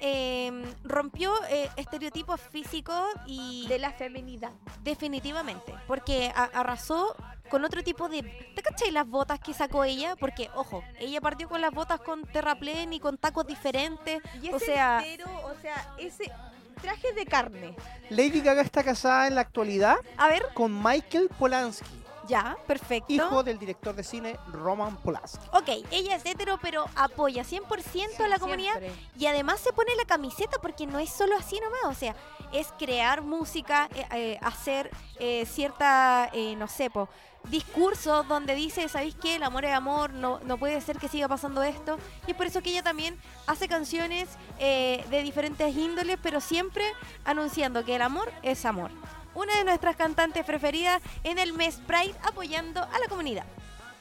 eh, rompió eh, estereotipos físicos y
De la feminidad.
Definitivamente, porque a- arrasó con otro tipo de... ¿Te cachai las botas que sacó ella? Porque, ojo, ella partió con las botas con terraplén y con tacos diferentes.
Y
O
ese
sea-
entero, o sea, ese traje de carne.
Lady Gaga está casada en la actualidad
A ver,
con Michael Polanski,
ya, perfecto.
hijo del director de cine Roman Polanski.
Ok, ella es hetero, pero apoya 100% a la comunidad y además se pone la camiseta porque no es solo así nomás, o sea, es crear música, eh, eh, hacer eh, cierta, eh, no sé, po, discursos donde dice, ¿sabéis qué? El amor es amor, no, no puede ser que siga pasando esto. Y es por eso que ella también hace canciones eh, de diferentes índoles, pero siempre anunciando que el amor es amor. Una de nuestras cantantes preferidas en el mes Pride apoyando a la comunidad.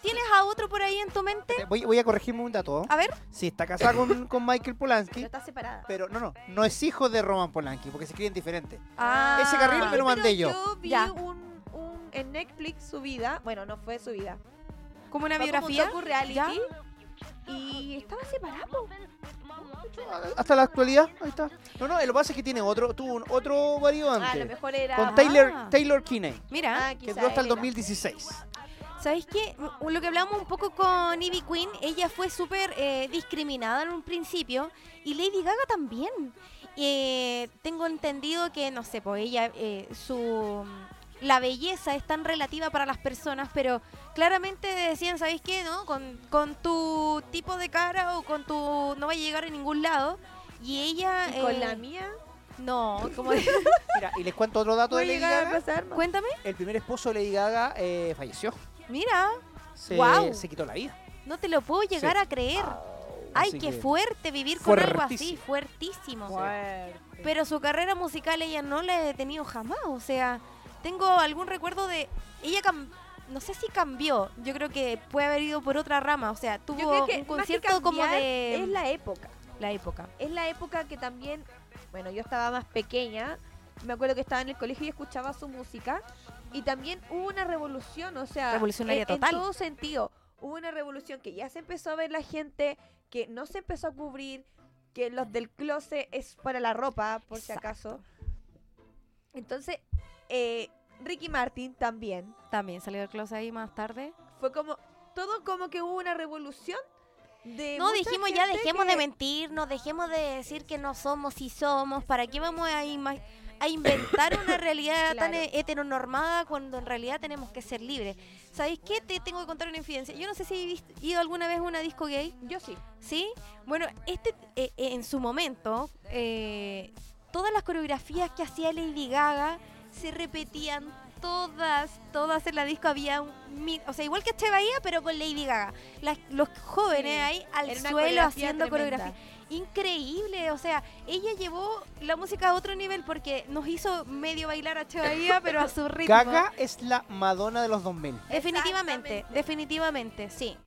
¿Tienes a otro por ahí en tu mente?
Voy, voy a corregirme un dato. ¿eh?
A ver.
Sí, está casada con, [coughs] con Michael Polanski,
está separada.
pero no, no, no es hijo de Roman Polanski, porque se escriben diferente.
Ah,
Ese carril me lo mandé yo.
Yo vi
Ya.
un, un- en Netflix su vida, bueno, no fue su vida,
Ah, como una
fue
biografía.
como un docu reality
¿Ya?
y estaba separado. po.
Hasta la actualidad, ahí está. No, no, lo que pasa es que tiene otro, tuvo un- otro
Ah, a lo
variante.
mejor era
Con Taylor, Taylor Kinney,
Mira,
Ah,
que
quizá
duró hasta el
era.
2016.
Ah,
¿Sabéis qué? Mm, Lo que hablamos un poco con Ivy Queen, ella fue súper eh, discriminada en un principio y Lady Gaga también. Eh, tengo entendido que, no sé, pues ella, eh, su... mm, La belleza es tan relativa para las personas, pero claramente decían, ¿sabéis qué? No? Con, con tu tipo de cara o con tu... no va a llegar a ningún lado. Y ella...
Y con
eh,
la mía
No, como... de- [laughs]
Mira, y les cuento otro dato de
puede
Lady
llegar a
Gaga.
pasar más.
Cuéntame.
El primer esposo de Lady Gaga eh, falleció.
Mira,
Se,
Guau.
se quitó la vida.
no te lo puedo llegar a creer. Ay,
Ah, Así
qué
que-
fuerte vivir con algo así, fuertísimo.
Fuertísimo.
Fuerte.
Pero su carrera musical ella no la ha detenido jamás. O sea, tengo algún recuerdo de. Ella cam- no sé si cambió. Yo creo que puede haber ido por otra rama. O sea, tuvo
Yo creo que
un
más que
concierto como
cambiar,
de
es la época.
la época.
es la época que también, bueno, yo estaba más pequeña, me acuerdo que estaba en el colegio y escuchaba su música, y también hubo una revolución, o sea,
Revolucionaria
en, en
total.
todo sentido, hubo una revolución que ya se empezó a ver la gente, que no se empezó a cubrir, que los del closet es para la ropa, por si acaso. Entonces, eh, Ricky Martin también,
También salió el closet ahí más tarde.
fue como, todo como que hubo una revolución. De
No,
mucha
dijimos ya,
gente
dejemos de
que-
mentirnos, dejemos de decir que no somos y somos. ¿Para qué vamos a, ima- a inventar una realidad tan
Claro.
eh, heteronormada cuando en realidad tenemos que ser libres? ¿Sabéis qué? Te tengo que contar una infidencia. Yo no sé si he ido alguna vez a una disco gay,
Yo sí.
¿sí? Bueno, este eh, eh, en su momento, eh, todas las coreografías que hacía Lady Gaga se repetían todas, todas en la disco había un... mi- O sea, igual que Che Bahía, pero con Lady Gaga. Las- los jóvenes
Sí,
ahí al
Era una
suelo
coreografía
haciendo
tremenda.
coreografía increíble, o sea, ella llevó la música a otro nivel porque nos hizo medio bailar a Che Bahía, pero a su ritmo.
Gaga es la Madonna de los 2000.
Definitivamente,
Exactamente.
definiamente, sí.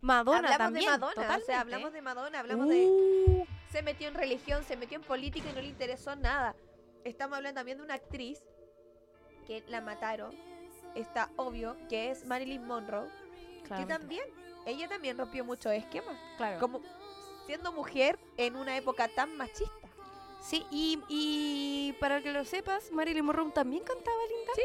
Madonna
hablamos
también,
de Madonna, o
totalmente.
sea, hablamos de Madonna, hablamos de
Uh,
se metió en religión, se metió en política y no le interesó nada. Estamos hablando también de una actriz que la mataron. Está obvio que es Marilyn Monroe, que
claramente.
también ella también rompió muchos esquemas,
Claro.
como siendo mujer en una época tan machista.
Sí, y, y para que lo sepas, Marilyn Monroe también cantaba linda. Sí.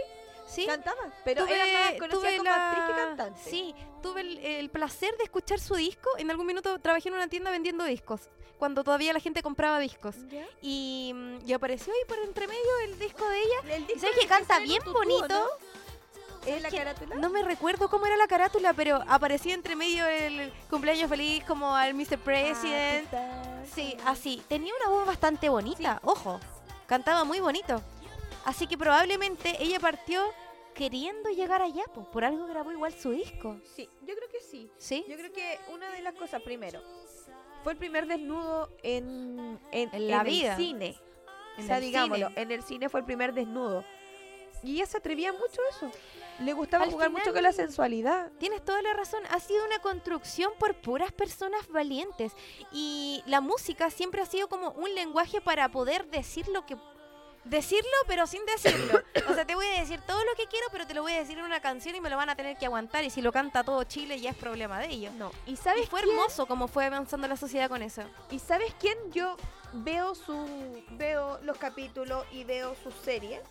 Sí.
Cantaba, pero
Tuve-
era más conocida
tuve
como
la-
actriz que cantante.
Sí, tuve el, el placer de escuchar su disco. En algún minuto trabajé en una tienda vendiendo discos, cuando todavía la gente compraba discos.
¿Ya?
Y, mm, y apareció ahí por entre medio el disco de ella.
El
Y
disco
sabes que
que
canta
sale
bien
con tutú, ¿o
bonito.
no? ¿Es la carátula?
No me recuerdo cómo era la carátula, pero aparecía entre medio el cumpleaños feliz como al Mr.
Ah,
President. Sí, así. Tenía una voz bastante bonita, ojo. Cantaba muy bonito. Así que probablemente ella partió queriendo llegar allá, pues por algo grabó igual su disco.
Sí, yo creo que sí.
¿Sí?
Yo creo que una de las cosas, primero, fue el primer desnudo en,
En la
el
vida.
cine.
En
o sea,
el
digámoslo,
cine.
en el cine fue el primer desnudo. Y ella se atrevía mucho a eso. Le gustaba
Al
jugar
final-
mucho con la sensualidad.
Tienes toda la razón, ha sido una construcción por puras personas valientes y la música siempre ha sido como un lenguaje para poder decir lo que decirlo pero sin decirlo. O sea, te voy a decir todo lo que quiero, pero te lo voy a decir en una canción y me lo van a tener que aguantar y si lo canta todo Chile ya es problema de ellos.
No. ¿Y
Y
sabes,
fue hermoso como fue avanzando la sociedad con eso.
¿Y sabes quién? Yo veo su veo los capítulos y veo sus series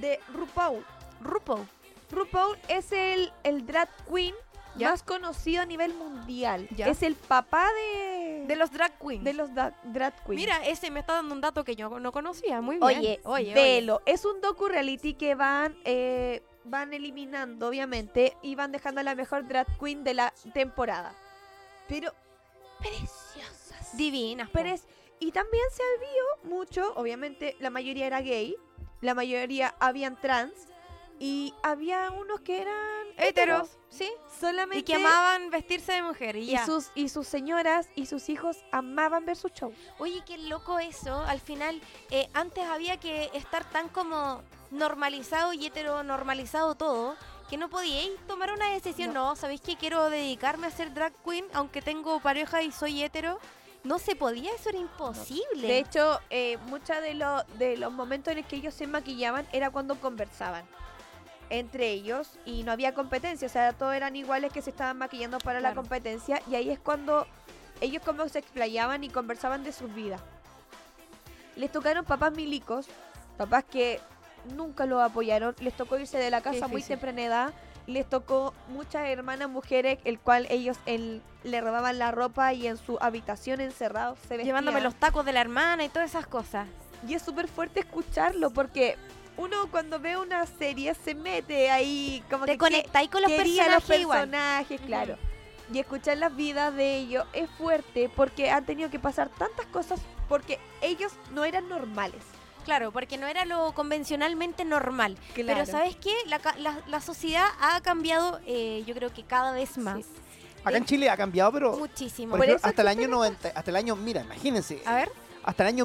de RuPaul.
RuPaul.
RuPaul es el, el drag queen
¿Ya?
más conocido a nivel mundial.
¿Ya?
Es el papá de,
De los drag queens.
de los da- drag queens.
Mira, ese me está dando un dato que yo no conocía. Muy bien.
Oye, velo. Es un docu reality que van, eh, van eliminando, obviamente, y van dejando a la mejor drag queen de la temporada. Pero preciosas.
Divinas. po.
Pero es- y también se vio mucho, obviamente, la mayoría era gay, la mayoría habían trans, Y había unos que eran
Héteros, ¿sí?
Solamente.
Y que amaban vestirse de mujer y
y
ya.
sus, y sus señoras y sus hijos amaban ver sus shows.
Oye, qué loco eso. Al final, eh, antes había que estar tan como normalizado y heteronormalizado todo que no podíais tomar una decisión. No, ¿sabéis que quiero dedicarme a ser drag queen aunque tengo pareja y soy hetero? No se podía, eso era imposible.
De hecho, eh, muchos de, lo- de los momentos en los que ellos se maquillaban era cuando conversaban entre ellos y no había competencia, o sea, todos eran iguales que se estaban maquillando para la
Claro.
competencia y ahí es cuando ellos como se explayaban y conversaban de sus vidas. Les tocaron papás milicos, papás que nunca los apoyaron, les tocó irse de la casa muy
difícil.
temprana edad, les tocó muchas hermanas mujeres, el cual ellos en- le robaban la ropa y en su habitación encerrados se vestían.
Llevándome los tacos de la hermana y todas esas cosas.
Y es súper fuerte escucharlo porque uno cuando ve una serie se mete ahí como
Te
que
conectáis con los
que- quería
personajes,
los
igual.
personajes, claro. Y escuchar las vidas de ellos es fuerte porque han tenido que pasar tantas cosas porque ellos no eran normales.
Claro, porque no era lo convencionalmente normal.
Claro.
Pero ¿sabes qué? La, ca- la- la sociedad ha cambiado, eh, yo creo que cada vez más.
Acá en Chile ha cambiado, pero
Muchísimo.
por ejemplo, hasta el año 90, hasta el año, mira, imagínense,
A ver,
hasta el año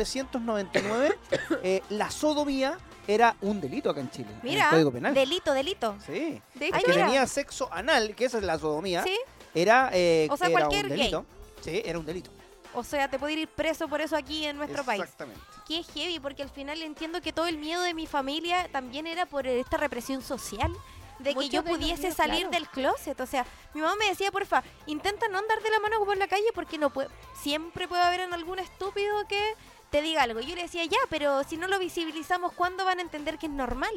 [coughs]
1999 eh, la sodomía era un delito acá en Chile, en
mira,
el Código Penal.
delito, delito.
Sí.
De
Ay,
El que
mira.
tenía sexo anal, que esa es la sodomía,
Sí,
era, eh,
O sea,
era
cualquier
un
gay.
delito. Sí, era un delito.
o sea, te puede ir preso por eso aquí en nuestro país.
Exactamente.
Qué heavy, porque al final entiendo que todo el miedo de mi familia también era por esta represión social. De que
Muchos
yo
de los
pudiese
miedos,
salir
claro.
del closet. O sea, mi mamá me decía, porfa, intenta no andar de la mano por la calle porque no puede, siempre puede haber en algún estúpido que te diga algo. Yo le decía, ya, pero si no lo visibilizamos, ¿cuándo van a entender que es normal?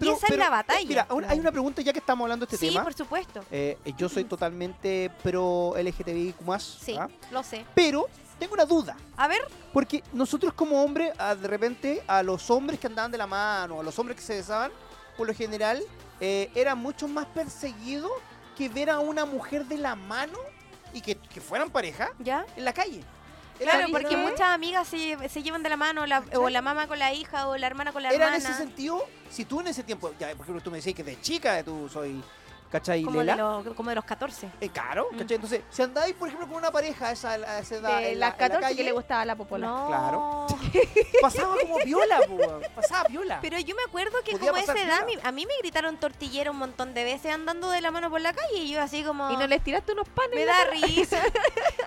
Pero-
y esa
pero,
es la
eh,
batalla.
Mira, ahora hay una pregunta ya que estamos hablando de este
sí,
tema.
por supuesto.
Eh, yo soy totalmente pro LGTBIQ+.
Sí,
¿ah?
lo sé.
Pero tengo una duda.
A ver,
Porque nosotros como hombres, ah, de repente, a los hombres que andaban de la mano, a los hombres que se besaban, por lo general, eh, era mucho más perseguido que ver a una mujer de la mano y que, que fueran pareja
ya.
en la calle. Era-
Claro,
era-
¿Eh?
porque muchas amigas se, se llevan de la mano, la- o la mamá con la hija, o la hermana con la
Era en
hermana.
ese sentido, si tú en ese tiempo, ya, por ejemplo, tú me decís que de chica tú soy, ¿cachai?
como,
Lela?
de los, como de los 14.
Eh, claro,
Mm.
¿cachai? Entonces, si andáis, por ejemplo, con una pareja a esa, a esa edad,
De
en la,
las
en la
14
calle,
que le gustaba la popola.
No.
Claro. pasaba como viola, po, weón. pasaba viola.
[laughs] Pero yo me acuerdo que
Podía
como a esa
pasar
edad
piola.
mi- a mí me gritaron tortillero un montón de veces andando de la mano por la calle y yo así como...
Y no les tiraste unos panes.
Me da risa. [laughs]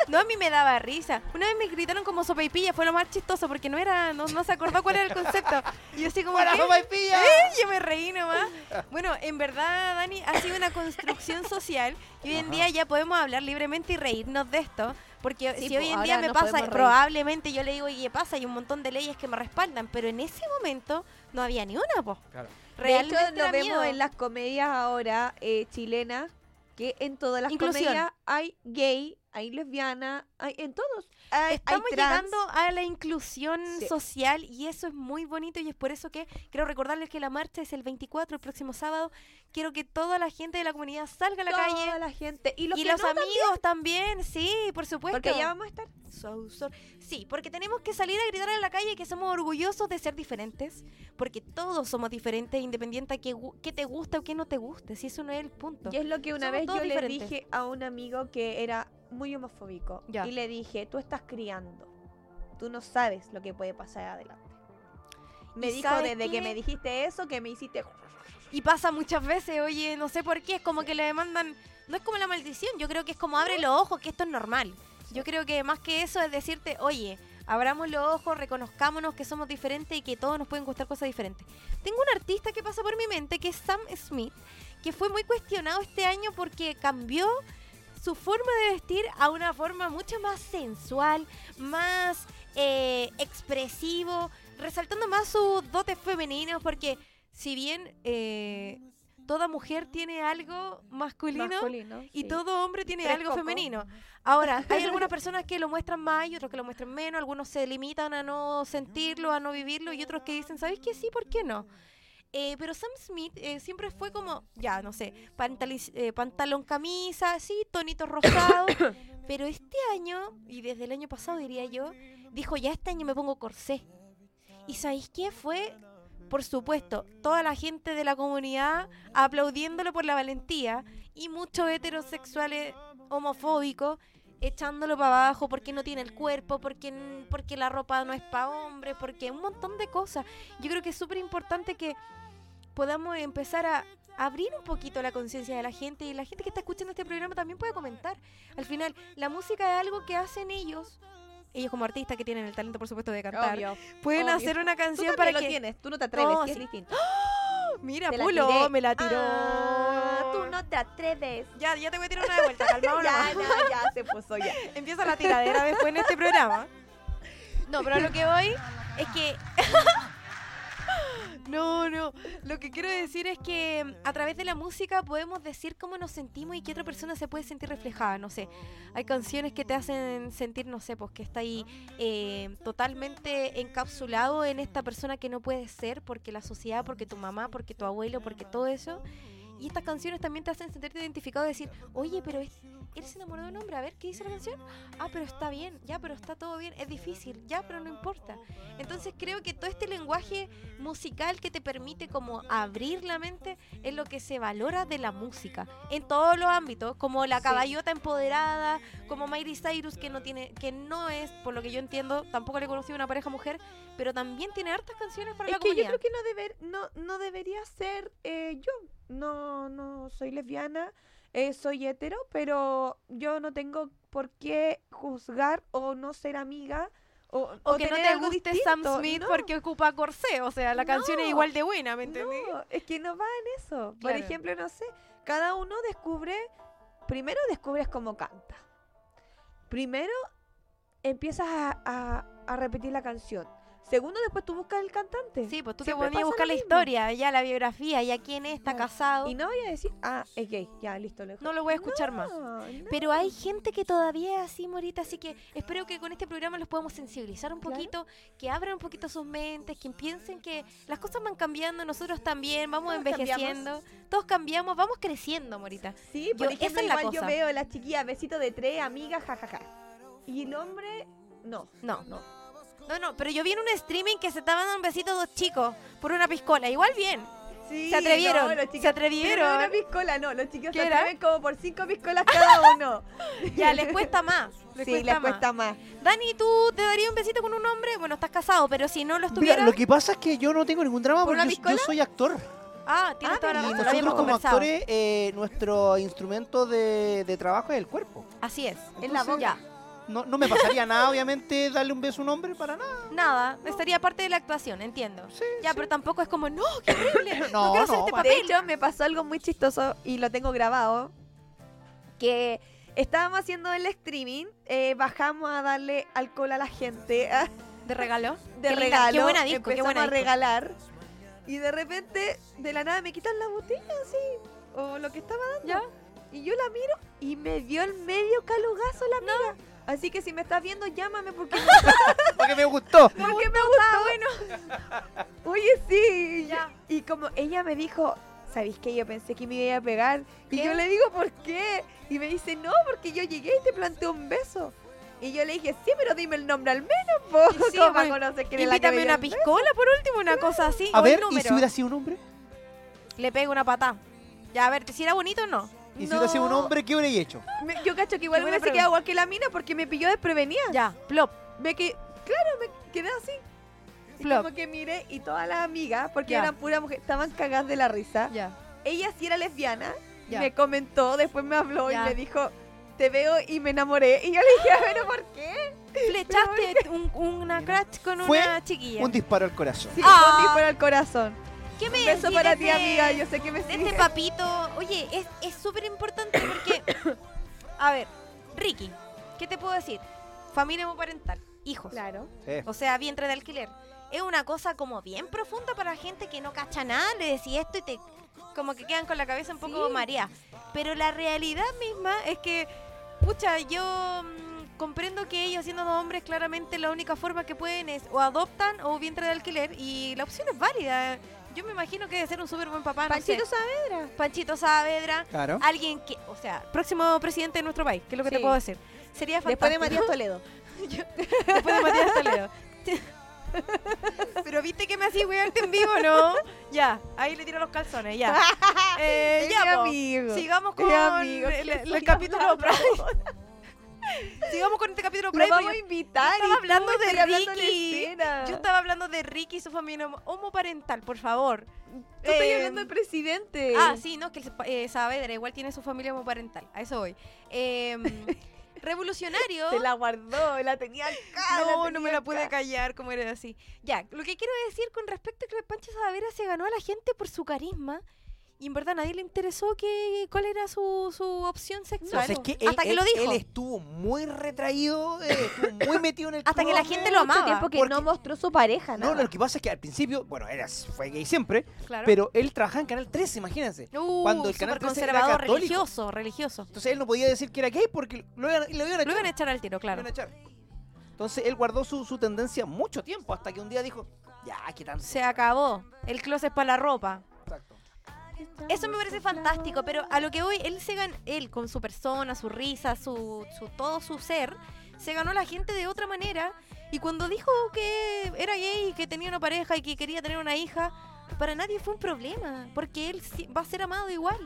No, a mí me daba risa. Una vez me gritaron como sopaipilla, fue lo más chistoso porque no era, no, no se acordó cuál era el concepto. Y yo así como... "¿Eh?".
¡Para
¿qué?
papá y pilla!
[laughs] Yo me reí nomás. Bueno, en verdad, Dani, ha sido una construcción social y hoy en día ya podemos hablar libremente y reírnos de esto. Porque
Sí,
si
po,
hoy en
ahora
día me
nos
pasa,
podemos reír.
probablemente yo le digo, y pasa, hay un montón de leyes que me respaldan, pero en ese momento no había ni una, po.
Claro.
De hecho,
Realmente era
nos vemos
miedo.
en las comedias ahora eh, chilenas que en todas las
Inclusión.
comedias hay gay, hay lesbiana, hay en todos. Hay,
Estamos
hay trans.
llegando a la inclusión
Sí.
social y eso es muy bonito y es por eso que quiero recordarles que la marcha es el 24, el próximo sábado. Quiero que toda la gente de la comunidad salga a la
Toda
calle.
la gente. Y los,
y
que
los
no,
amigos también. sí, por supuesto.
porque ya vamos a estar.
Sou- sor- Sí, porque tenemos que salir a gritar en la calle que somos orgullosos de ser diferentes, porque todos somos diferentes, independiente a qué, gu- qué te gusta o qué no te guste, si eso no es el punto.
Y es lo que una
Somos
vez
todos
yo le
diferentes.
dije a un amigo que era muy homofóbico.
Ya.
Y le dije, tú estás criando. Tú no sabes lo que puede pasar adelante. Me
¿Y
dijo
sabes
desde
qué?
que me dijiste eso que me hiciste...
Y pasa muchas veces, oye, no sé por qué, es como que le demandan, no es como la maldición, yo creo que es como abre los ojos, que esto es normal. Yo creo que más que eso es decirte, oye, abramos los ojos, reconozcámonos que somos diferentes y que todos nos pueden gustar cosas diferentes. Tengo un artista que pasa por mi mente, que es Sam Smith, que fue muy cuestionado este año porque cambió su forma de vestir a una forma mucho más sensual, más eh, expresivo, resaltando más sus dotes femeninos, porque si bien eh, toda mujer tiene algo masculino,
Masculino.
y
sí.
todo hombre tiene
Tres
algo
cocos.
femenino.
[laughs]
Ahora, hay algunas personas que lo muestran más y otros que lo muestran menos, algunos se limitan a no sentirlo, a no vivirlo y otros que dicen, ¿sabéis qué sí? ¿Por qué no? Eh, pero Sam Smith eh, siempre fue como, ya, no sé, pantali- eh, pantalón camisa, sí, tonitos
[coughs]
rosados. pero este año, y desde el año pasado diría yo, dijo, ya este año me pongo corsé. ¿Y sabéis qué? Fue por supuesto, toda la gente de la comunidad aplaudiéndolo por la valentía y muchos heterosexuales homofóbicos echándolo para abajo porque no tiene el cuerpo, porque, n- porque la ropa no es para hombres, porque un montón de cosas. Yo creo que es súper importante que podamos empezar a abrir un poquito la conciencia de la gente y la gente que está escuchando este programa también puede comentar. Al final, la música es algo que hacen ellos, ellos como artistas que tienen el talento, por supuesto, de cantar.
Obvio.
Pueden
obvio.
hacer una
Tú también
canción para
lo
que
tienes, tú no te atreves,
No,
que es
sí.
distinto.
Mira,
Te la
Pulo,
tiré.
me la
Ah,
tiró.
Ah, tú no te atreves.
Ya, ya te voy a tirar una de [laughs] vuelta, calmado
Ya,
nomás.
ya, ya se puso
[laughs]
ya.
Empieza la tiradera después en este programa. No, pero a lo que voy es que. [laughs] No, no. Lo que quiero decir es que mm, a través de la música podemos decir cómo nos sentimos y que otra persona se puede sentir reflejada. No sé. Hay canciones que te hacen sentir, no sé, pues que está ahí eh, totalmente encapsulado en esta persona que no puede ser porque la sociedad, porque tu mamá, porque tu abuelo, porque todo eso. Y estas canciones también te hacen sentirte identificado y decir, oye, pero es, eres enamorado de un hombre, a ver qué dice la canción. Ah, pero está bien, ya, pero está todo bien, es difícil, ya, pero no importa. Entonces creo que todo este lenguaje musical que te permite como abrir la mente es lo que se valora de la música en todos los ámbitos, como la caballota empoderada, como Miley Cyrus que no tiene que no es, por lo que yo entiendo, tampoco le he conocido una pareja mujer, pero también tiene hartas canciones para
Es
la
que yo
comunidad.
creo que no, deber, no, no debería ser eh, yo. No, no soy lesbiana, eh, soy hetero, pero yo no tengo por qué juzgar o no ser amiga. O,
O,
o
que no
tener
te
algo
guste Sam
distinto.
Smith
No,
porque ocupa corsé. O sea, la canción es
No,
igual de buena, ¿me entendí?
no, es que no va en eso.
Claro.
Por ejemplo, no sé, cada uno descubre, primero descubres cómo canta. Primero empiezas a, a- a repetir la canción. Segundo, después tú buscas el cantante.
Sí, pues tú te
Siempre
ponías a
pasa
buscar la
lo mismo.
historia, ya la biografía, ya quién es, está
Claro.
casado.
Y no voy a decir, ah, es gay, ya, listo, lo dejo.
No lo voy a escuchar más.
No, no.
Pero hay gente que todavía es así, Morita, así que espero que con este programa los podamos sensibilizar un
Claro.
poquito, que abran un poquito sus mentes, que piensen que las cosas van cambiando, nosotros también, vamos
Todos
envejeciendo, todos cambiamos, vamos creciendo, Morita.
Sí, por
Yo- esa
ejemplo,
es la
igual
cosa.
yo veo la chiquilla, besito de tres, amiga, jajaja. Y el hombre, no.
No,
No.
no, no, pero yo vi en un streaming que se estaban dando un besito dos chicos por una piscola, igual bien.
Sí,
Se atrevieron,
no, los
se
chicos-
atrevieron.
Pero no una piscola, no. Los chicos se
¿Qué era?
atreven como por cinco piscolas cada uno.
[laughs] Ya, les cuesta más. Les
sí,
cuesta
les
más.
cuesta más.
Dani, ¿tú te darías un besito con un hombre? Bueno, estás casado, pero si no lo
Mira,
estuvieras...
lo que pasa es que yo no tengo ningún drama
¿Por una
porque yo- yo,
piscola?
soy actor.
Ah, tienes toda la
y
razón. lo
nosotros
habíamos
como
conversado.
actores, eh, nuestro instrumento de, de trabajo es el cuerpo.
Así es.
En la boca. No, no me
[laughs]
pasaría nada, obviamente, darle un beso a un hombre para nada.
Nada, estaría parte de la actuación, entiendo.
Sí,
ya, pero tampoco es como, no, qué
[coughs]
horrible. no,
No,
quiero hacer
no,
este
para-
papel.
De hecho, me pasó algo muy chistoso y lo tengo grabado. Que estábamos haciendo el streaming, eh, bajamos a darle alcohol a la gente. ah,
¿De regalo?
de
Qué linda,
regalo.
Qué buena disco, qué
empezamos
buena
a
disco.
regalar. Y de repente, de la nada, me quitan la botella, así. O lo que estaba dando.
Ya.
Y yo la miro y me dio el medio calugazo la amiga. Así que si me estás viendo, llámame porque me,
Porque
[laughs]
me gustó.
porque me gustó. ah, [laughs] Oye, sí. y-
Ya.
Y como ella me dijo, ¿sabéis qué? Yo pensé que me iba a pegar. Y
¿Qué?
yo le digo, ¿por qué? Y me dice, no, porque yo llegué y te planteé un beso. Y yo le dije, sí, pero dime el nombre al menos, po.
Y sí,
[laughs] ¿Cómo
pues,
conoces quién es la que me
Invítame
dio
una
el beso?
piscola por último, una cosa así.
A
o el
ver, ¿y
número.
si hubiera sido un hombre?
Le pego una patada. Ya, a ver, si era bonito o no.
¿Y si hubiera sido un hombre, qué hubiera hecho?
Me- yo cacho que igual
Qué
me
buena
hubiese quedado igual que la mina porque me pilló desprevenida.
Ya, plop.
Me que, claro, me quedé así. Y
Flop.
como que miré y todas las amigas, porque
Ya.
eran pura mujer, estaban cagadas de la risa.
Ya.
Ella sí era lesbiana,
Ya.
me comentó, después me habló
Ya.
y me dijo, te veo y me enamoré. Y yo le dije, pero ¿por qué?
Flechaste un- una crash con
Fue
una chiquilla.
Un disparo al corazón.
Sí,
Ah.
un disparo al corazón.
¿Qué me
Beso
decís
para
de
ti,
este-
amiga, yo sé que me
de este papito. Oye, es es súper importante
[coughs]
porque. A ver, Ricky, ¿qué te puedo decir? Familia homoparental, hijos.
Claro.
Sí.
O sea, vientre de alquiler. Es una cosa como bien profunda para gente que no cacha nada, le decís esto y te como que quedan con la cabeza un poco mareada. Pero la realidad misma es que, pucha, yo mm, comprendo que ellos siendo dos hombres claramente la única forma que pueden es o adoptan o vientre de alquiler y la opción es válida. Yo me imagino que debe ser un súper buen papá. no sé.
Panchito Saavedra.
Panchito Saavedra,
Claro.
alguien que, o sea, próximo presidente de nuestro país, que es lo que te
Sí.
puedo decir. Sería [laughs]
Después de
fantástico.
Matías Toledo.
Después de Matías Toledo. Pero viste que me hacía wearte en vivo, ¿no? Ya, ahí le tiro los calzones,
[laughs]
ya. Eh, ya, po. Sigamos con
amigo,
el,
¿qué
el
estoy
capítulo
[laughs] hablando?
Pride. Sigamos con este capítulo Pride.
Lo vamos a
porque
invitar.
Yo
y
estaba
tú
hablando
estás
de
hablando en
Ricky.
escena.
Yo estaba hablando de Ricky y su familia homo- homoparental, por favor.
Tú estás
Eh,
hablando del presidente.
Ah, sí, no, que el Sepa- eh, Saavedra igual tiene su familia homoparental. A eso voy.
[laughs]
Em, revolucionario.
Se la guardó, la tenía acá.
No, no me
tenía
la pude
acá.
callar, como era así. Ya, lo que quiero decir con respecto a que Pancho Savera se ganó a la gente por su carisma. Y en verdad nadie le interesó que, cuál era su, su opción sexual.
Entonces, es que él,
hasta que
él-
lo dijo.
él estuvo muy retraído, eh, estuvo muy metido en el
[laughs] Hasta que la
programa.
gente lo
Mucho
amaba.
tiempo que
porque-
no mostró su pareja,
No,
nada.
lo que pasa es que al principio, bueno, era, fue gay siempre,
Claro.
pero él trabajaba en Canal 13, imagínense.
Uh,
cuando el canal 13 era
conservador,
católico.
religioso, religioso.
Entonces él no podía decir que era gay porque lo iban, lo iban a
Lo iban a
echar.
echar al tiro, claro.
lo iban a echar. Entonces él guardó su, su tendencia mucho tiempo hasta que un día dijo, ya, qué tan...
Se acabó. El closet para la ropa.
Exacto.
Eso me parece fantástico, pero a lo que voy, él se gan- él con su persona, su risa, su, su- todo su ser, se ganó a la gente de otra manera. Y cuando dijo que era gay y que tenía una pareja y que quería tener una hija, para nadie fue un problema, porque él sí- va a ser amado igual.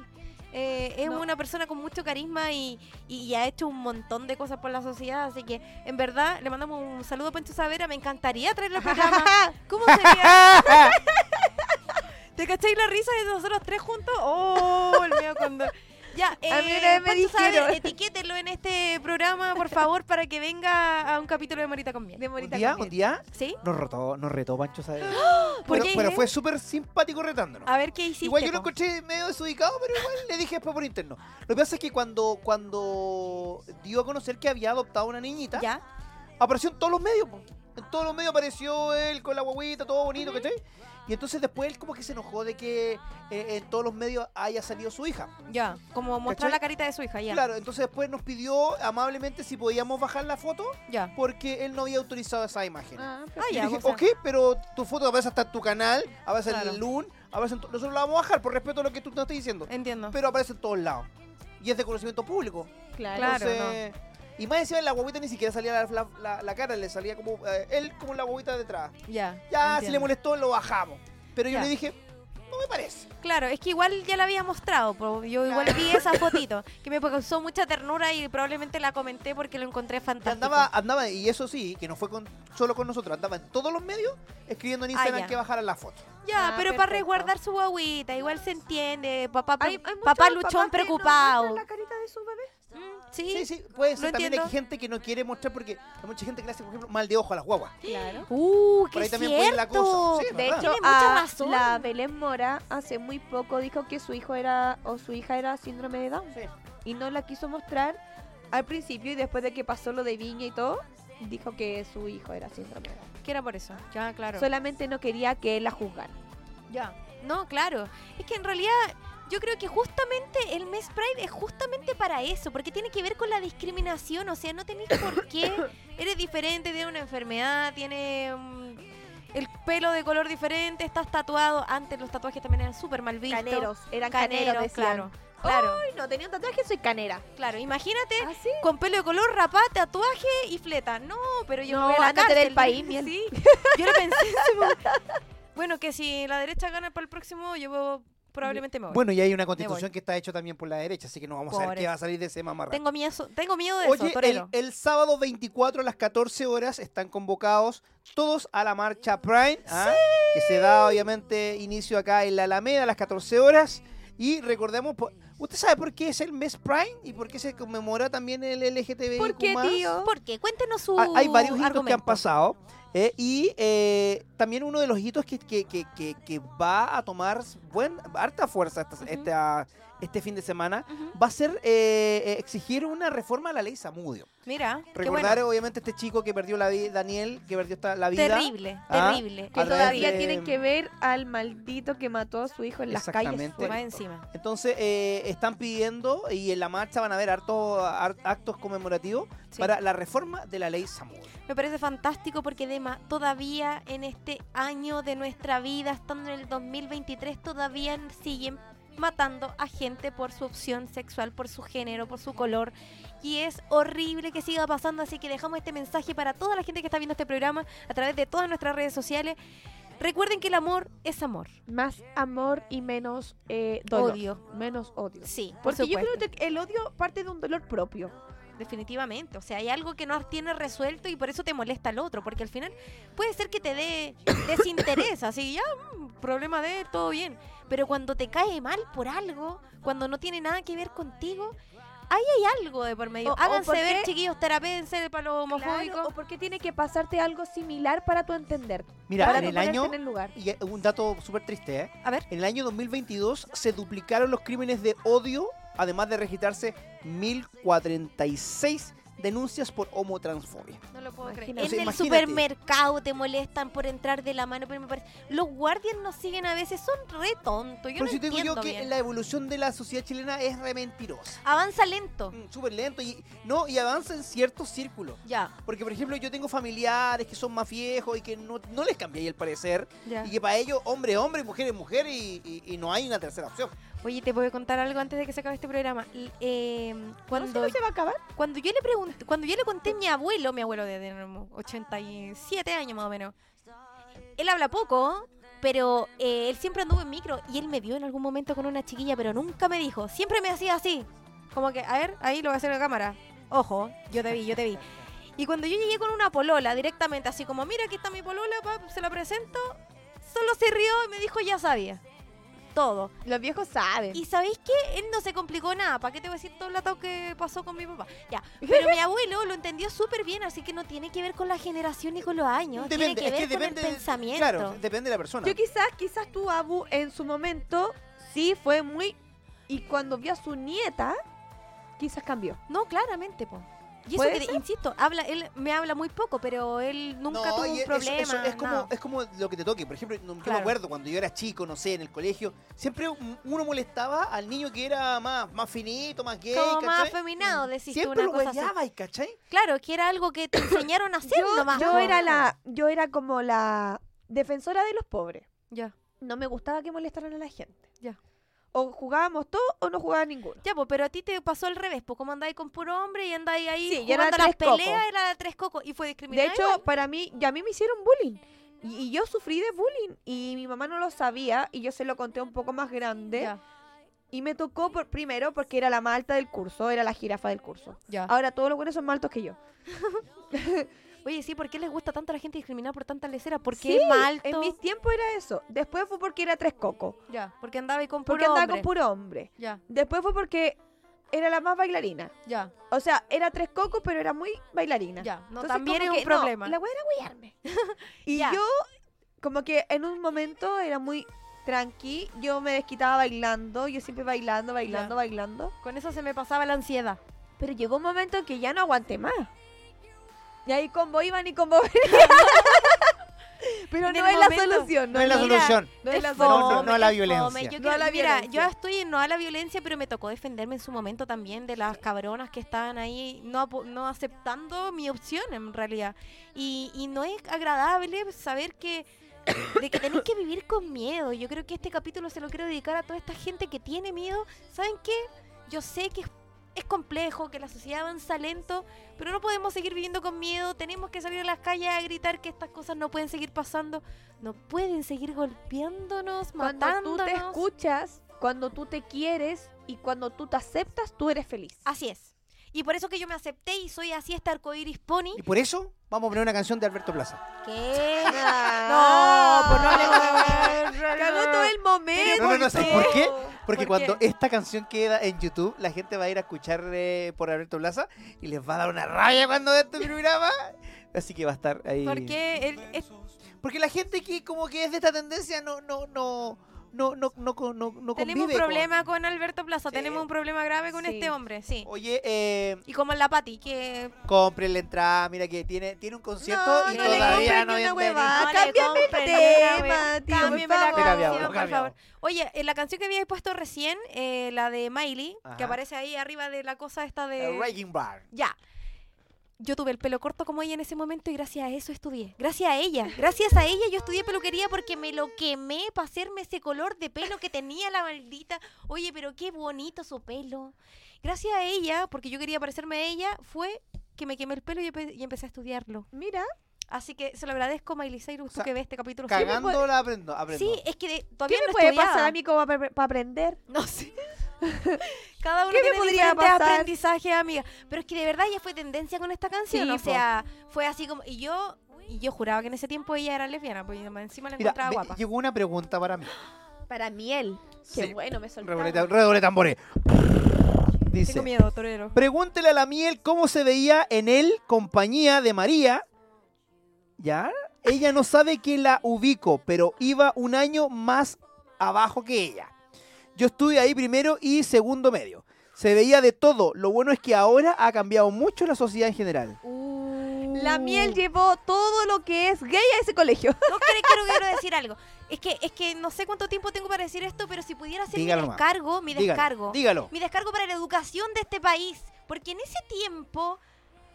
Eh, es una persona con mucho carisma y, y- y ha hecho un montón de cosas por la sociedad, así que en verdad le mandamos un saludo a Pancho Savera, me encantaría traerlo al
[laughs]
programa. ¿Cómo sería? ¿Te cacháis la risa de nosotros tres juntos? ¡Oh, el mío cuando... Ya, eh,
A mí una vez me
Pancho Saavedra,
dijeron.
etiquétenlo en este programa, por favor, para que venga a un capítulo de Morita con Miel.
De
Un
Morita
día,
con
un
miel.
día
¿Sí?
nos retó, nos retó Pancho
[gasps]
Saavedra.
¿Por
pero,
qué?
pero fue súper simpático retándonos.
A ver qué hiciste.
Igual yo lo
po?
encontré medio desubicado, pero igual le dije después por interno. Lo que pasa es que cuando, cuando dio a conocer que había adoptado una niñita,
¿Ya?
apareció en todos los medios. po. En todos los medios apareció él con la guaguita, todo bonito, ¿cachai? Y entonces después él como que se enojó de que eh, en todos los medios haya salido su hija.
Ya, como mostrar
¿Cachai?
la carita de su hija, ya.
Claro, entonces después nos pidió amablemente si podíamos bajar la foto
Ya.
porque él no había autorizado esa imagen.
Ah,
Ah,
Y
ya,
dije,
o sea,
ok, pero tu foto aparece hasta en tu canal, aparece en
Claro. Eh,
el LUN, aparece en to- Nosotros la vamos a bajar por respeto a lo que tú estás diciendo.
Entiendo.
Pero aparece en todos lados. Y es de conocimiento público.
claro.
Claro,
Entonces, Y más encima en la guaguita ni siquiera salía la, la- la- la cara, le salía como eh, él como la guaguita detrás.
Ya.
Ya, si
entiendo.
le molestó, lo bajamos. Pero yo
Ya.
le dije, no me parece.
Claro, es que igual ya la había mostrado, po. yo igual vi esa fotito, que me causó mucha ternura y probablemente la comenté porque lo encontré
Y
fantástico.
andaba, andaba, y eso sí, que no fue con, solo con nosotros, andaba en todos los medios escribiendo en Instagram
Ah, ya.
que bajaran la foto.
Ya,
Ah,
pero para
perfecto.
resguardar su guaguita, igual se entiende, papá, pre-
Hay- hay muchos
papá
papás
luchón
que no
preocupado.
muestran la carita de su bebé.
Mm, ¿Sí?
Sí, sí, puede ser
Lo
también hay
entiendo.
gente que no quiere mostrar porque hay mucha gente que le hace, por ejemplo, mal de ojo a las guaguas.
Claro.
Uh, qué
Por ahí también puede ir
cierto.
la cosa. Sí, es
De
verdad.
hecho,
Tiene mucha
a-
razón.
la Belén Mora hace muy poco dijo que su hijo era o su hija era síndrome de Down
Sí.
y no la quiso mostrar al principio y después de que pasó lo de Viña y todo, dijo que su hijo era síndrome de Down.
¿Qué era por eso? Ya, claro.
Solamente no quería que la juzgaran.
Ya. No, claro. Es que en realidad yo creo que justamente el mes Pride es justamente para eso, porque tiene que ver con la discriminación, o sea, no [coughs] tenés por qué, eres diferente, tienes una enfermedad, tienes mm, el pelo de color diferente, estás tatuado, antes los tatuajes también eran súper mal vistos.
Caneros, eran caneros,
Caneros, claro. Claro,
Ay, no, tenía un tatuaje, soy canera.
claro. Imagínate
¿Así?
con pelo de color, rapá, tatuaje y fleta. No, pero yo
No,
me voy a la
ándate del
cárcel. [laughs]
país, miel.
Sí. Yo le pensé en ese momento. Bueno, que si la derecha gana para el próximo, yo probablemente me voy.
Bueno, y hay una
Me
constitución
voy.
que está hecha también por la derecha, así que no vamos a ver
Por
qué va a
eso.
salir de ese mamarra.
Tengo miedo, tengo miedo de
Oye,
eso,
el,
torero.
el sábado 24 a las 14 horas están convocados todos a la marcha Pride, ¿ah? que se da obviamente inicio acá en la Alameda a las 14 horas. Y recordemos, po- ¿usted sabe por qué es el mes Pride y por qué se conmemora también el LGTBI?
¿Por qué, tío?
¿Por qué? Cuéntenos su
Ah, Hay varios hitos que han
argumento.
pasado. eh, y eh, también uno de los hitos que, que- que- que- que va a tomar buen, harta fuerza esta- esta- este fin de semana
Ujú.
va a ser eh, eh, exigir una reforma a la ley Samudio.
Mira, qué
Recordar
bueno.
obviamente este chico que perdió la vida, Daniel, que perdió esta- la vida.
Terrible,
Ah,
terrible.
a
Que
través
todavía
de-
tienen que ver al maldito que mató a su hijo en las calles.
Exactamente.
Más encima.
Entonces eh, están pidiendo y en la marcha van a haber hartos har- actos conmemorativos
Sí.
para la reforma de la ley Samudio.
Me parece fantástico porque Dema, todavía en este año de nuestra vida, estando en el 2023, todavía siguen matando a gente por su opción sexual, por su género, por su color. Y es horrible que siga pasando, así que dejamos este mensaje para toda la gente que está viendo este programa a través de todas nuestras redes sociales. Recuerden que el amor es amor.
Más amor y menos eh, dolor.
Odio.
Menos odio.
Sí, por
Porque yo
supuesto.
creo que el odio parte de un dolor propio.
Definitivamente. O sea, hay algo que no tienes resuelto y por eso te molesta al otro. Porque al final puede ser que te dé desinterés. Así ya, mm, problema de él, todo bien. Pero cuando te cae mal por algo, cuando no tiene nada que ver contigo, ahí hay algo de por medio.
O- o
Háganse
por
ver,
qué-
chiquillos, terapéense para los homofóbicos.
Claro, o porque tiene que pasarte algo similar para tu entender.
Mira,
para
en
tu
el
ponerte
año,
En el lugar.
y eh, un dato súper triste, ¿eh?
A ver.
En el año 2022 se duplicaron los crímenes de odio, además de registrarse 1046 denuncias por homotransfobia.
No lo puedo creer.
Imagínate.
En
O sea,
el
imagínate.
supermercado te molestan por entrar de la mano, pero me parece. Los guardias nos siguen a veces, son re tontos. Yo
Por
no
eso te digo
entiendo
yo que
bien.
la evolución de la sociedad chilena es re mentirosa.
Avanza lento.
Mm, Súper lento y no y avanza en ciertos círculos.
Ya,
Porque, por ejemplo, yo tengo familiares que son más viejos y que no, no les cambié el parecer.
ya.
Y que para ellos, hombre es hombre, mujer es mujer y, y- y no hay una tercera opción.
Oye, te voy a contar algo antes de que se acabe este programa. L- eh, cuando,
¿No se va a acabar?
cuando yo le pregunté, cuando yo le conté a mi abuelo, mi abuelo de, de 87 años más o menos, él habla poco, pero eh, él siempre anduvo en micro y él me vio en algún momento con una chiquilla, pero nunca me dijo. Siempre me hacía así, como que, a ver, ahí lo voy a hacer en la cámara. Ojo, yo te vi, yo te vi. Y cuando yo llegué con una polola directamente, así como, mira, aquí está mi polola, pap, se la presento, solo se rió y me dijo, ya sabía. Todo.
Los viejos saben.
Y sabéis que él no se complicó nada. ¿Para qué te voy a decir todo el atado que pasó con mi papá? Ya. Pero mi abuelo lo entendió súper bien, así que no tiene que ver con la generación ni con los años. tiene que ver con el pensamiento.
Claro, depende de la persona.
Yo quizás, quizás tu abu en su momento sí fue muy... Y cuando vio a su nieta, quizás cambió.
No, claramente, po. Y eso
¿Puede
que, te- insisto, habla, él me habla muy poco, pero él nunca
No,
tuvo
y
un
es-
problema.
eso- eso
nada.
es, como, es como lo que te toque. Por ejemplo, no- yo
Claro.
me acuerdo cuando yo era chico, no sé, en el colegio, siempre un- uno molestaba al niño que era más, más finito, más gay,
Como más
¿cachai?
afeminado, decís tú, una
Siempre lo
cosa así.
guayaba, ¿cachai?
Claro, que era algo que te enseñaron a hacer nomás.
yo
po.
era la... Yo era como la defensora de los pobres.
Ya.
No me gustaba que molestaran a la gente.
Ya.
O jugábamos todos o no jugaba ninguno.
Ya, po, pero a ti te pasó al revés, po. Como andáis con puro hombre y andáis ahí
Sí, yo era
jugando a las
tres cocos.
peleas, era la tres cocos y fue
De
discriminada.
hecho, para mí, y a mí me hicieron bullying. Y, y yo sufrí de bullying. Y mi mamá no lo sabía. Y yo se lo conté un poco más grande.
Ya.
Y me tocó por, primero porque era la más alta del curso. Era la jirafa del curso.
Ya.
Ahora todos los buenos son más altos que yo.
Oye, sí, ¿por qué les gusta tanto a la gente discriminada por tanta lecera? Porque
Sí,
es más alto.
En mis tiempos era eso. Después fue porque era tres cocos.
Ya, porque andaba ahí con puro
Porque andaba
hombre.
con puro hombre.
Ya,
Después fue porque era la más bailarina.
ya,
O sea, era tres cocos, pero era muy bailarina.
ya. No,
Entonces,
también es
como
un
que, no,
problema.
la wea era huearme. [laughs] y
Ya.
yo, como que en un momento era muy tranqui, yo me desquitaba bailando, yo siempre bailando, bailando,
Ya.
bailando.
Con eso se me pasaba la ansiedad.
Pero llegó un momento en que ya no aguanté más. Y ahí combo iban y combo [laughs] Pero
En
no
el
es la
momento.
solución, no,
No es la
no.
Mira,
solución.
No es la
Es
No,
solución.
no,
fome,
no a
es
la
fome.
violencia.
Yo
No
creo-
a la
mira,
violencia.
yo estoy en no a la violencia, pero me tocó defenderme en su momento también de las cabronas que estaban ahí no, apo- no aceptando mi opción en realidad. Y, y no es agradable saber que de que tenéis que vivir con miedo. Yo creo que este capítulo se lo quiero dedicar a toda esta gente que tiene miedo. ¿Saben qué? Yo sé que es, es complejo, que la sociedad avanza lento, pero no podemos seguir viviendo con miedo. Tenemos que salir a las calles a gritar que estas cosas no pueden seguir pasando. No pueden seguir golpeándonos,
Cuando tú
matándonos.
te escuchas, cuando tú te quieres y cuando tú te aceptas, tú eres feliz.
Así es. Y por eso que yo me acepté y soy así esta arcoiris pony.
Y por eso vamos a poner una canción de Alberto Plaza.
¿Qué?
Ah. No, pues no
hablemos
Cagó todo el momento.
No, no, no, ¿sabes por qué? Porque
¿Por
cuando esta canción queda en YouTube, la gente va a ir a escuchar eh, por Alberto Plaza y les va a dar una raya
[laughs]
cuando vean este programa. Así que va a estar ahí.
Porque él es
Porque la gente que como que es de esta tendencia no, no, no, no, no, no, con- no, no
Tenemos un
convive con-
problema con, Alberto Plaza,
Sí.
tenemos un problema grave con
Sí.
este hombre, sí.
Oye, eh,
Y como la Pati, que
compre la entrada, mira que tiene, tiene un concierto
No,
y
no le
todavía
compren
no
ni una
habían tenido-
huevada. Ah,
le
cámbiame el
compren
tema,
otra vez.
tío, por
Cámbiame la
favor.
Lo cambiamos,
canción,
lo
por favor.
cambiamos.
Oye, eh, la canción que habíais puesto recién, eh, la de Miley,
Ajá.
que aparece ahí arriba de la cosa esta de...
Eh, Raging Bar.
Ya. yo tuve el pelo corto como ella en ese momento y gracias a eso estudié. Gracias a ella. Gracias a ella yo estudié peluquería porque me lo quemé para hacerme ese color de pelo que tenía la maldita. Oye, pero qué bonito su pelo. Gracias a ella, porque yo quería parecerme a ella, fue que me quemé el pelo y, empe- y empecé a estudiarlo.
Mira,
Así que se lo agradezco, Miley Cyrus, tú
sea,
que ves este capítulo. Sí, me
Cagando la aprendo,
puede-
aprendo.
Sí, es que de-
¿qué
todavía
me
no
puede
estudiaba.
pasar a mí como para aprender?
No sé. [laughs] Cada uno
¿Qué me
tiene
podría
diferentes
pasar?
aprendizajes, amiga. Pero es que de verdad ella fue tendencia con esta canción.
Sí,
o
po.
sea, fue así como. Y yo, y yo juraba que en ese tiempo ella era lesbiana, porque encima la
Mira,
encontraba
ve-
guapa.
llegó una pregunta para mí.
Para miel. Qué
Sí.
bueno, me soltaron.
Redoble, tam- redoble de tambores.
Tengo
Dice,
miedo, torero.
pregúntele a la miel cómo se veía en él compañía de María. ¿Ya? Ella no sabe que la ubico, pero iba un año más abajo que ella. Yo estuve ahí primero y segundo medio. Se veía de todo. Lo bueno es que ahora ha cambiado mucho la sociedad en general.
La
Uh.
miel llevó todo lo que es gay a ese colegio. [laughs]
No quiero, quiero, quiero decir algo. Es que, es que no sé cuánto tiempo tengo para decir esto, pero si pudiera hacer
Dígalo
mi
nomás.
descargo, mi
Dígalo,
descargo.
Dígalo.
mi descargo para la educación de este país. Porque en ese tiempo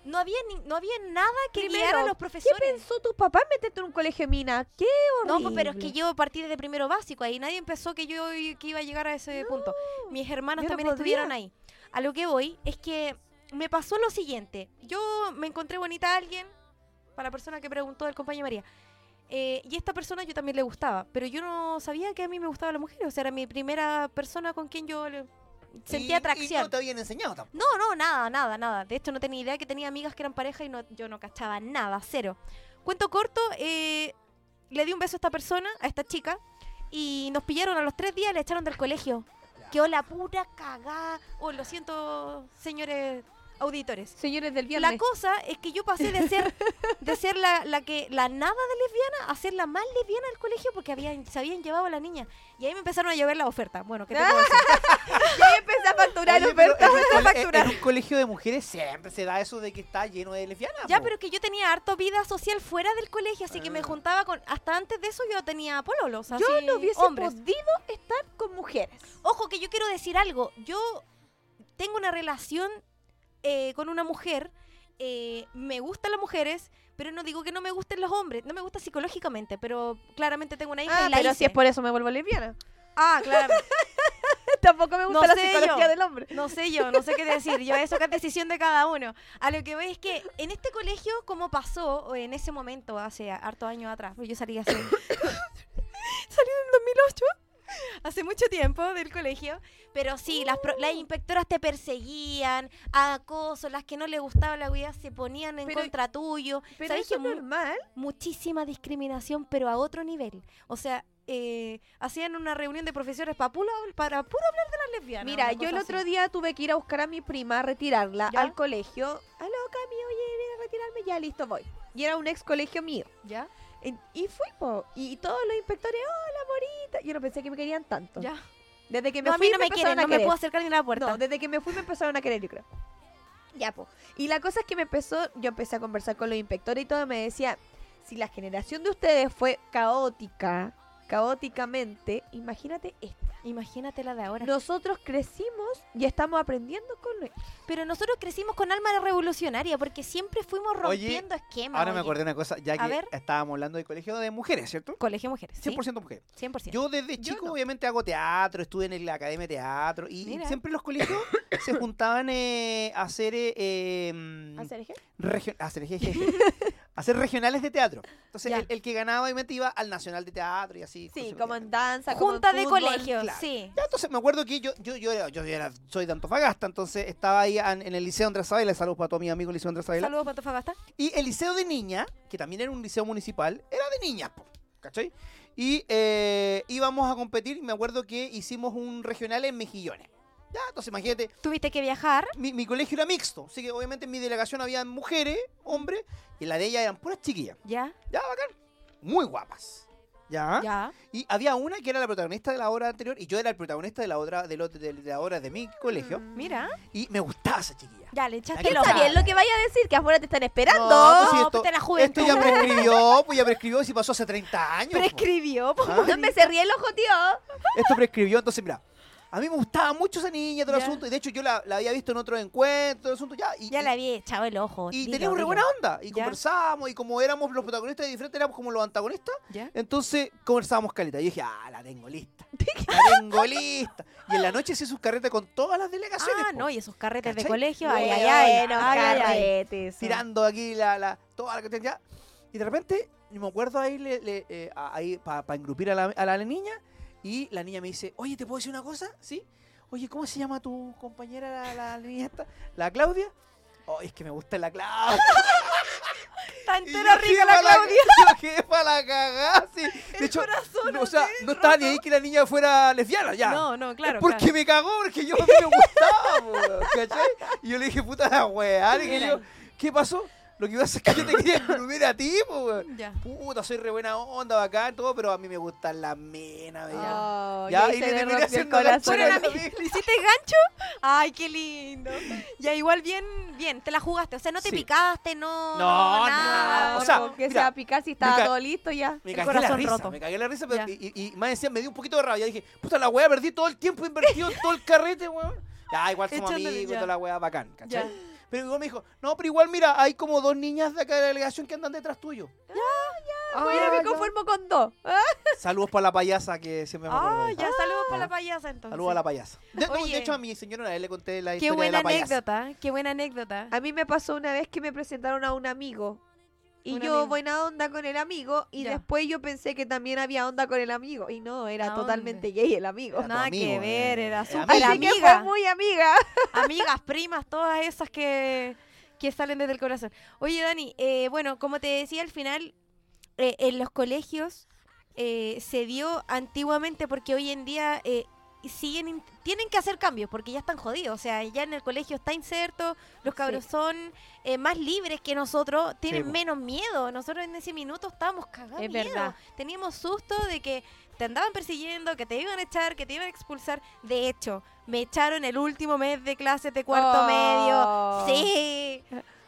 no había, ni- no había nada que
Primero,
guiara a los
¿Qué
profesores.
pensó tu papá en meterte en un colegio de mina? Qué
No,
horrible.
pues, pero es que yo partí desde primero básico ahí. Nadie empezó que yo i- que iba a llegar a ese punto. Mis hermanas
yo no
también
podía.
estuvieron ahí. A lo que voy es que me pasó lo siguiente. Yo me encontré bonita a alguien, para la persona que preguntó del compañero María. Eh, y esta persona yo también le gustaba, pero yo no sabía que a mí me gustaba la mujer. O sea, era mi primera persona con quien yo le-
Y-
sentía atracción.
Y no te habían enseñado tampoco.
No, no, nada, nada, nada. De hecho, no tenía idea que tenía amigas que eran pareja y no, yo no cachaba nada, cero. Cuento corto, eh, le di un beso a esta persona, a esta chica, y nos pillaron a los tres días y le echaron del colegio. Quedó la pura cagada. Oh, lo siento, señores auditores.
Señores del viernes.
La cosa es que yo pasé de ser, de ser la, la que la nada de lesbiana a ser la más lesbiana del colegio porque habían, se habían llevado a la niña. Y ahí me empezaron a llover las ofertas. Bueno, ¿qué te puedo decir?
Y ahí empecé a facturar,
Oye, pero
Humberto.
en, un cole-
facturar.
en un colegio de mujeres siempre se da eso de que está lleno de lesbianas.
Ya,
po.
pero que yo tenía harto vida social fuera del colegio, así que me
Ah.
juntaba con. Hasta antes de eso yo tenía pololos, así,
Yo no hubiese
hombres.
podido estar con mujeres.
Ojo, que yo quiero decir algo. Yo tengo una relación eh, con una mujer. eh, me gustan las mujeres, pero no digo que no me gusten los hombres. No me gusta psicológicamente, pero claramente tengo una hija
Ah,
y la
pero
hice.
si es por eso me
[laughs]
vuelvo lesbiana.
Ah, claro.
Tampoco me gusta
No
la
sé
psicología
yo.
del hombre.
No sé yo, no sé qué decir. Yo eso que es decisión de cada uno. A lo que voy es que en este colegio, como pasó o en ese momento, hace hartos años atrás, porque yo salí
[coughs]
hace... salí en el 2008, hace mucho tiempo del colegio, pero sí, las, pro- las inspectoras te perseguían, acoso, las que no le gustaba la vida se ponían en
Pero-
contra tuyo.
Pero
¿Sabes
eso
que
es
mu-
normal.
muchísima discriminación, pero a otro nivel? O sea... eh, hacían una reunión de profesores para puro, para puro hablar de las lesbianas.
Mira,
una
yo el
cosa
otro
así.
día tuve que ir a buscar a mi prima, a retirarla
¿Ya?
al colegio. Aló, Cami, oye, ven a retirarme, ya listo, voy. Y era un ex colegio mío.
¿Ya?
En- Y fui, po. Y todos los inspectores, hola, morita. Yo no pensé que me querían tanto.
Ya.
Desde que me
No, a
fui,
mí no
me
me
empezaron
quieren,
a
no me
querer.
puedo acercar ni a la puerta.
No, desde que me fui me empezaron a querer, yo creo. Ya, po. Y la cosa es que me empezó, yo empecé a conversar con los inspectores y todo, y me decía, si la generación de ustedes fue caótica, caóticamente, imagínate esta.
Imagínate la de ahora.
Nosotros crecimos y estamos aprendiendo con lo-
Pero nosotros crecimos con alma revolucionaria porque siempre fuimos
Oye,
rompiendo esquemas.
Ahora me
oye.
acordé de una cosa, ya
A
que
ver.
estábamos hablando del colegio de mujeres, ¿cierto?
Colegio de mujeres. ¿sí?
100% mujer.
100%.
Yo desde chico obviamente hago teatro, estuve en la Academia de Teatro y
Mira.
siempre los colegios se juntaban eh, a hacer... eh, eh, mm,
¿Hacer eje?
regio- hacer, jeje, jeje, hacer regionales de teatro. Entonces
Ya.
el, el que ganaba obviamente iba al Nacional de Teatro y así.
Sí,
funcionó
como
el
en danza, como
Junta
en
de
fútbol.
colegios,
claro.
sí.
Ya, entonces me acuerdo que yo, yo, yo, era- yo era- soy de Antofagasta, entonces estaba ahí an- en el Liceo Andrés Ávila, saludos para todos mis amigos del Liceo Andrés Ávila.
Saludos para Antofagasta.
Y el Liceo de Niña, que también era un liceo municipal, era de niñas, po, ¿cachai? Y eh, íbamos a competir y me acuerdo que hicimos un regional en Mejillones. Ya, entonces imagínate,
Tuviste que viajar.
mi, mi colegio era mixto, así que obviamente en mi delegación había mujeres, hombres, y en la de ellas eran puras chiquillas.
Ya,
Ya, bacán. Muy guapas. Ya.
ya.
Y había una que era la protagonista de la obra anterior y yo era el protagonista de la obra de, lo- de- de la obra de mi colegio
Mira.
y me gustaba esa chiquilla.
Mm. Ya, le
Ya
echaste
que
el
Está
ojo.
sabía.
bien lo que vaya a decir, que afuera te están esperando.
No, pues si
No,
esto,
pues de la
esto ya
juventud.
prescribió, pues ya prescribió si pasó hace 30 años. pues.
[laughs]
po.
Prescribió. pues, po.
pues, [laughs]
Ah,
No me cerré el ojo, tío.
Esto prescribió, entonces mira, A mí me gustaba mucho esa niña, todo el
Ya.
asunto. Y de hecho, yo la, la había visto en otros encuentros, todo el asunto. Ya, y,
Ya
y-
la había echado el ojo.
y
dilo,
teníamos re
dilo.
buena onda. Y
Ya.
conversábamos. Y como éramos los protagonistas de diferentes, éramos como los antagonistas.
¿Ya?
Entonces conversábamos caleta. Y yo dije, ah, la
[laughs]
tengo lista. La tengo lista. Y en la noche hice sus carretes con todas las delegaciones.
Ah,
po,
no, y esos carretes de
¿Cachai?
colegio, ay,
Bueno,
ay, ay,
bueno,
ay, ay, ay.
Tirando aquí la, la, toda la cuestión ya. Y de repente, y me acuerdo ahí, le, le- eh, a- ahí para engrupir a la, a la niña. Y la niña me dice, oye, ¿te puedo decir una cosa? ¿Sí? Oye, ¿cómo se llama tu compañera, la, la niña esta? ¿La Claudia? Oh, es que me gusta
[laughs]
la Claudia.
Está
Y
entera
yo
rica
jefa
la
[laughs]
Claudia.
La jefa la cagá, sí. De hecho, no, o sea, no estaba ni ahí que la niña fuera lesbiana, ya.
No, no, claro.
Es porque
claro.
me cagó, porque yo a mí me gustaba, po, weón, ¿cachai? Y yo le dije, puta la weá, le dije yo, ¿qué pasó? Lo que pasa es que yo te quería incluir a ti, po, weón.
Ya.
Puta, soy re buena onda, bacán, todo, pero a mí me gustan las
Ah,
menas, weón.
Oh,
ya,
y ahí
y
se
le
me rompió
terminé
el
haciendo la
corazón.
Fueron
chora a [laughs] la
amigas.
vieja.
¿Le hiciste gancho? Ay, qué lindo. Ya, igual bien, bien, te la jugaste. O sea, no te
Sí.
picaste, no.
No, no,
nada.
Ah, o sea,
que
mira,
se va a picar si estaba
nunca-
todo listo ya.
Me
El
cagué la
corazón
risa,
roto.
me cagué la risa, pero
Ya.
y, y- y más decía, me dio un poquito de rabia. Dije, puta la weá, perdí todo el
[laughs]
tiempo invertido en todo el carrete, weón. Ya, igual somos
Echándole,
amigos,
ya.
toda la weá, bacán,
Ya.
¿cachai? Pero igual me dijo, no, pero igual mira, hay como dos niñas de acá de la delegación que andan detrás tuyo.
Bueno,
ya.
me conformo con dos. Ah,
Saludos para la payasa que siempre me acuerdo.
Ah,
de ella.
ya, saludos para la payasa entonces.
Saludos a la payasa. De, no, de
Oye.
hecho, a mi señora una vez le conté la
Qué
historia de
buena
la payasa.
anécdota, qué buena anécdota.
A mí me pasó una vez que me presentaron a un amigo. Y
Un
yo
amigo.
buena onda con el amigo. Y
Ya.
después yo pensé que también había onda con el amigo. Y no, era
¿A
totalmente gay el amigo.
Era tu
Nada que
amigo,
ver,
eh.
era
Era
súper
amigo.
Así que fue
amiga.
muy amiga.
Amigas, primas, todas esas que, que salen desde el corazón. Oye, Dani, eh, bueno, como te decía al final, eh, en los colegios eh, se dio antiguamente porque hoy en día eh, siguen in- tienen que hacer cambios porque ya están jodidos. O sea, ya en el colegio está inserto, los cabros son eh, más libres que nosotros, tienen
po.
menos miedo. Nosotros en ese minuto estábamos cagados.
Es
miedo.
verdad.
Teníamos susto de que te andaban persiguiendo, que te iban a echar, que te iban a expulsar. De hecho, me echaron el último mes de clases de cuarto medio.
Oh.
Sí.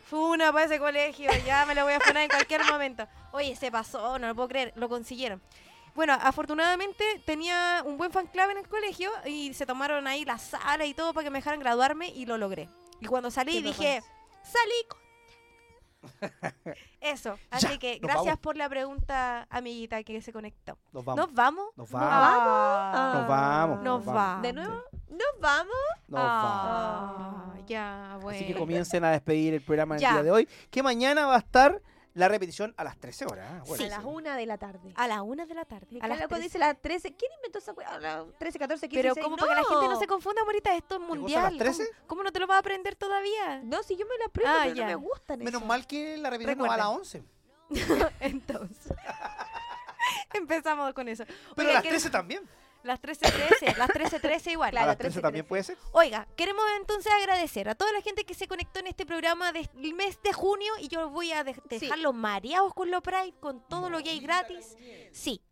Funa para ese colegio, ya me lo voy a funar en cualquier momento. Oye, se pasó, no lo puedo creer, lo consiguieron. Bueno, afortunadamente tenía un buen fan club en el colegio y se tomaron ahí la sala y todo para que me dejaran graduarme y lo logré. Y cuando salí
Qué
dije, salí con...
[laughs]
Eso, así
Ya,
que
nos
gracias
vamos.
por la pregunta, amiguita, que se conectó.
Nos vamos.
¿Nos vamos?
Nos vamos.
Ah.
Nos vamos.
Nos vamos.
De nuevo, nos vamos.
Nos vamos.
Ah, ya, bueno.
Así que comiencen a despedir el programa en el
Ya.
día de hoy. Que mañana va a estar la repetición a las 13 horas. ¿eh? Bueno,
A las una de la tarde.
A las una de la tarde.
Me
A las
carga
13.
cuando pues dice las 13. ¿Quién inventó esa Ah, weá? Las 13, 14, 15,
Pero
16.
como para que la gente no se confunda, Morita, esto es
gustan
mundial.
las 13?
¿Cómo, cómo no te lo vas a aprender
[laughs]
todavía?
No, si yo me la aprendo,
Ah,
pero
ya.
no me gustan
Menos
eso.
mal que la repetición no va a las 11.
Entonces. [laughs] Empezamos con eso.
Pero
Oiga,
a las
quiero-
13 también.
Las 13.13, las 13.13 igual.
a las 13 también puede ser.
Oiga, queremos entonces agradecer a toda la gente que se conectó en este programa del mes de junio y yo voy a de- dejarlos mareados con lo Pride, con todo lo gay gratis. Sí,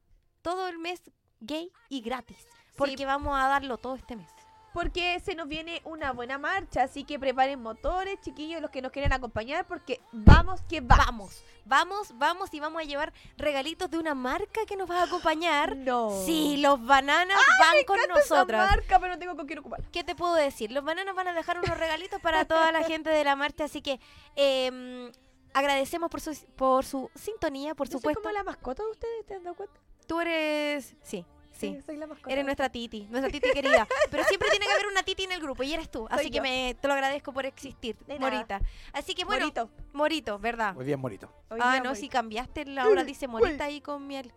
todo el mes gay y gratis, porque vamos a darlo todo este mes.
Porque se nos viene una buena marcha, así que preparen motores, chiquillos, los que nos quieren acompañar, porque vamos que vamos.
Vamos, vamos, vamos y vamos a llevar regalitos de una marca que nos va a acompañar.
No.
Sí, los bananas van con
Esa
nosotros.
marca, pero no tengo con quién ocupar.
¿Qué te puedo decir? Los bananas van a dejar unos regalitos para toda la gente de la marcha, así que eh, agradecemos por su, por su sintonía, por
Yo soy
supuesto.
como la mascota de ustedes, ¿te han dado cuenta?
Tú eres... Sí, sí.
soy la mascota.
Eres nuestra titi, nuestra titi querida. Pero siempre tiene que haber una titi en el grupo y eres tú. Así que
yo.
me, te lo agradezco por existir,
De nada.
Morita. Así que bueno,
Morito.
Morito, ¿verdad?
Muy bien, bonito.
Hoy
Ah,
día
no,
Morito.
si cambiaste, la hora dice Morita ahí con miel.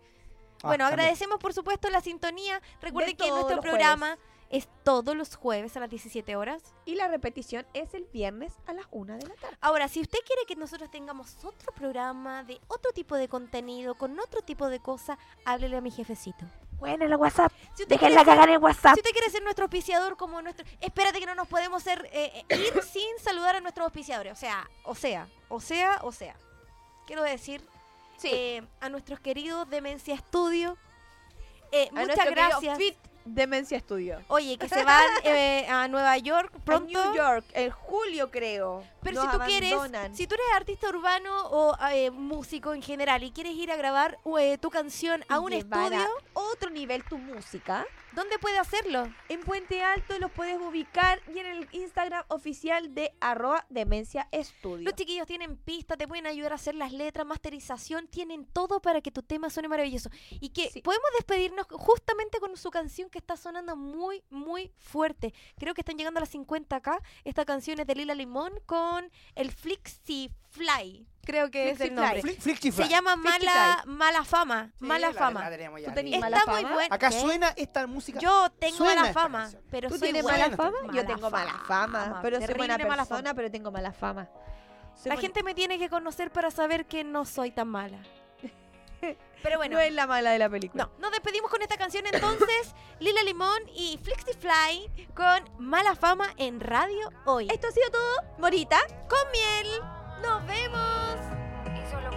Ah,
bueno,
también.
agradecemos por supuesto la sintonía. Recuerden que
todos
nuestro
los
programa es todos los jueves a las 17 horas.
Y la repetición es el viernes a las 1 de la tarde.
Ahora, si usted quiere que nosotros tengamos otro programa de otro tipo de contenido, con otro tipo de cosa, háblele a mi jefecito.
Bueno, el WhatsApp.
Si usted, quiere
Déjenla
ser,
cagar en WhatsApp.
si usted quiere ser nuestro auspiciador como nuestro... Espérate que no nos podemos ser, eh, eh,
[coughs]
ir sin saludar a nuestros auspiciadores. O sea, o sea, o sea, o sea. Quiero decir eh, a nuestros queridos Demencia Estudio. Eh,
A
muchas
nuestro querido
gracias.
Fit Demencia Studio. [laughs]
Oye, que se van eh, a Nueva York
Pronto.
pronto.
New York, en julio creo.
Pero
nos
si tú quieres,
abandonan.
si tú eres artista urbano o eh, músico en general y quieres ir a grabar eh, tu canción a
y
un
llevar a
estudio,
otro nivel tu música.
¿dónde puede hacerlo?
En Puente Alto los puedes ubicar y en el Instagram oficial de arroba demencia estudio.
Los chiquillos tienen pistas, te pueden ayudar a hacer las letras, masterización, tienen todo para que tu tema suene maravilloso. Y que
Sí.
podemos despedirnos justamente con su canción que está sonando muy, muy fuerte. Creo que están llegando a las 50 acá. Esta canción es de Lila Limón con el Flixi Fly. Creo que es el nombre.
Flick, flick, chifla.
Se llama
Flixifly.
mala, mala fama.
Sí,
mala
la-
fama.
la tenemos ya
¿Tú tenías
lista.
mala
Está muy
fama?
buena.
Acá
¿Qué?
suena esta música.
Yo tengo
Suena
mala
esta
fama,
canción.
pero
¿Tú
soy
tienes
buena.
mala fama?
Mala
Yo tengo mala fama, pero soy
terrible
buena
mala
persona,
fama.
pero tengo mala fama. Soy
La
buena-
gente me tiene que conocer para saber que no soy tan
[laughs]
mala. Pero bueno.
no es la mala de la película.
No, nos despedimos con esta canción
[laughs]
entonces, Lila Limón y Flixifly con Mala Fama en Radio Hoy.
Esto ha sido todo, Morita.
con miel. Nos vemos.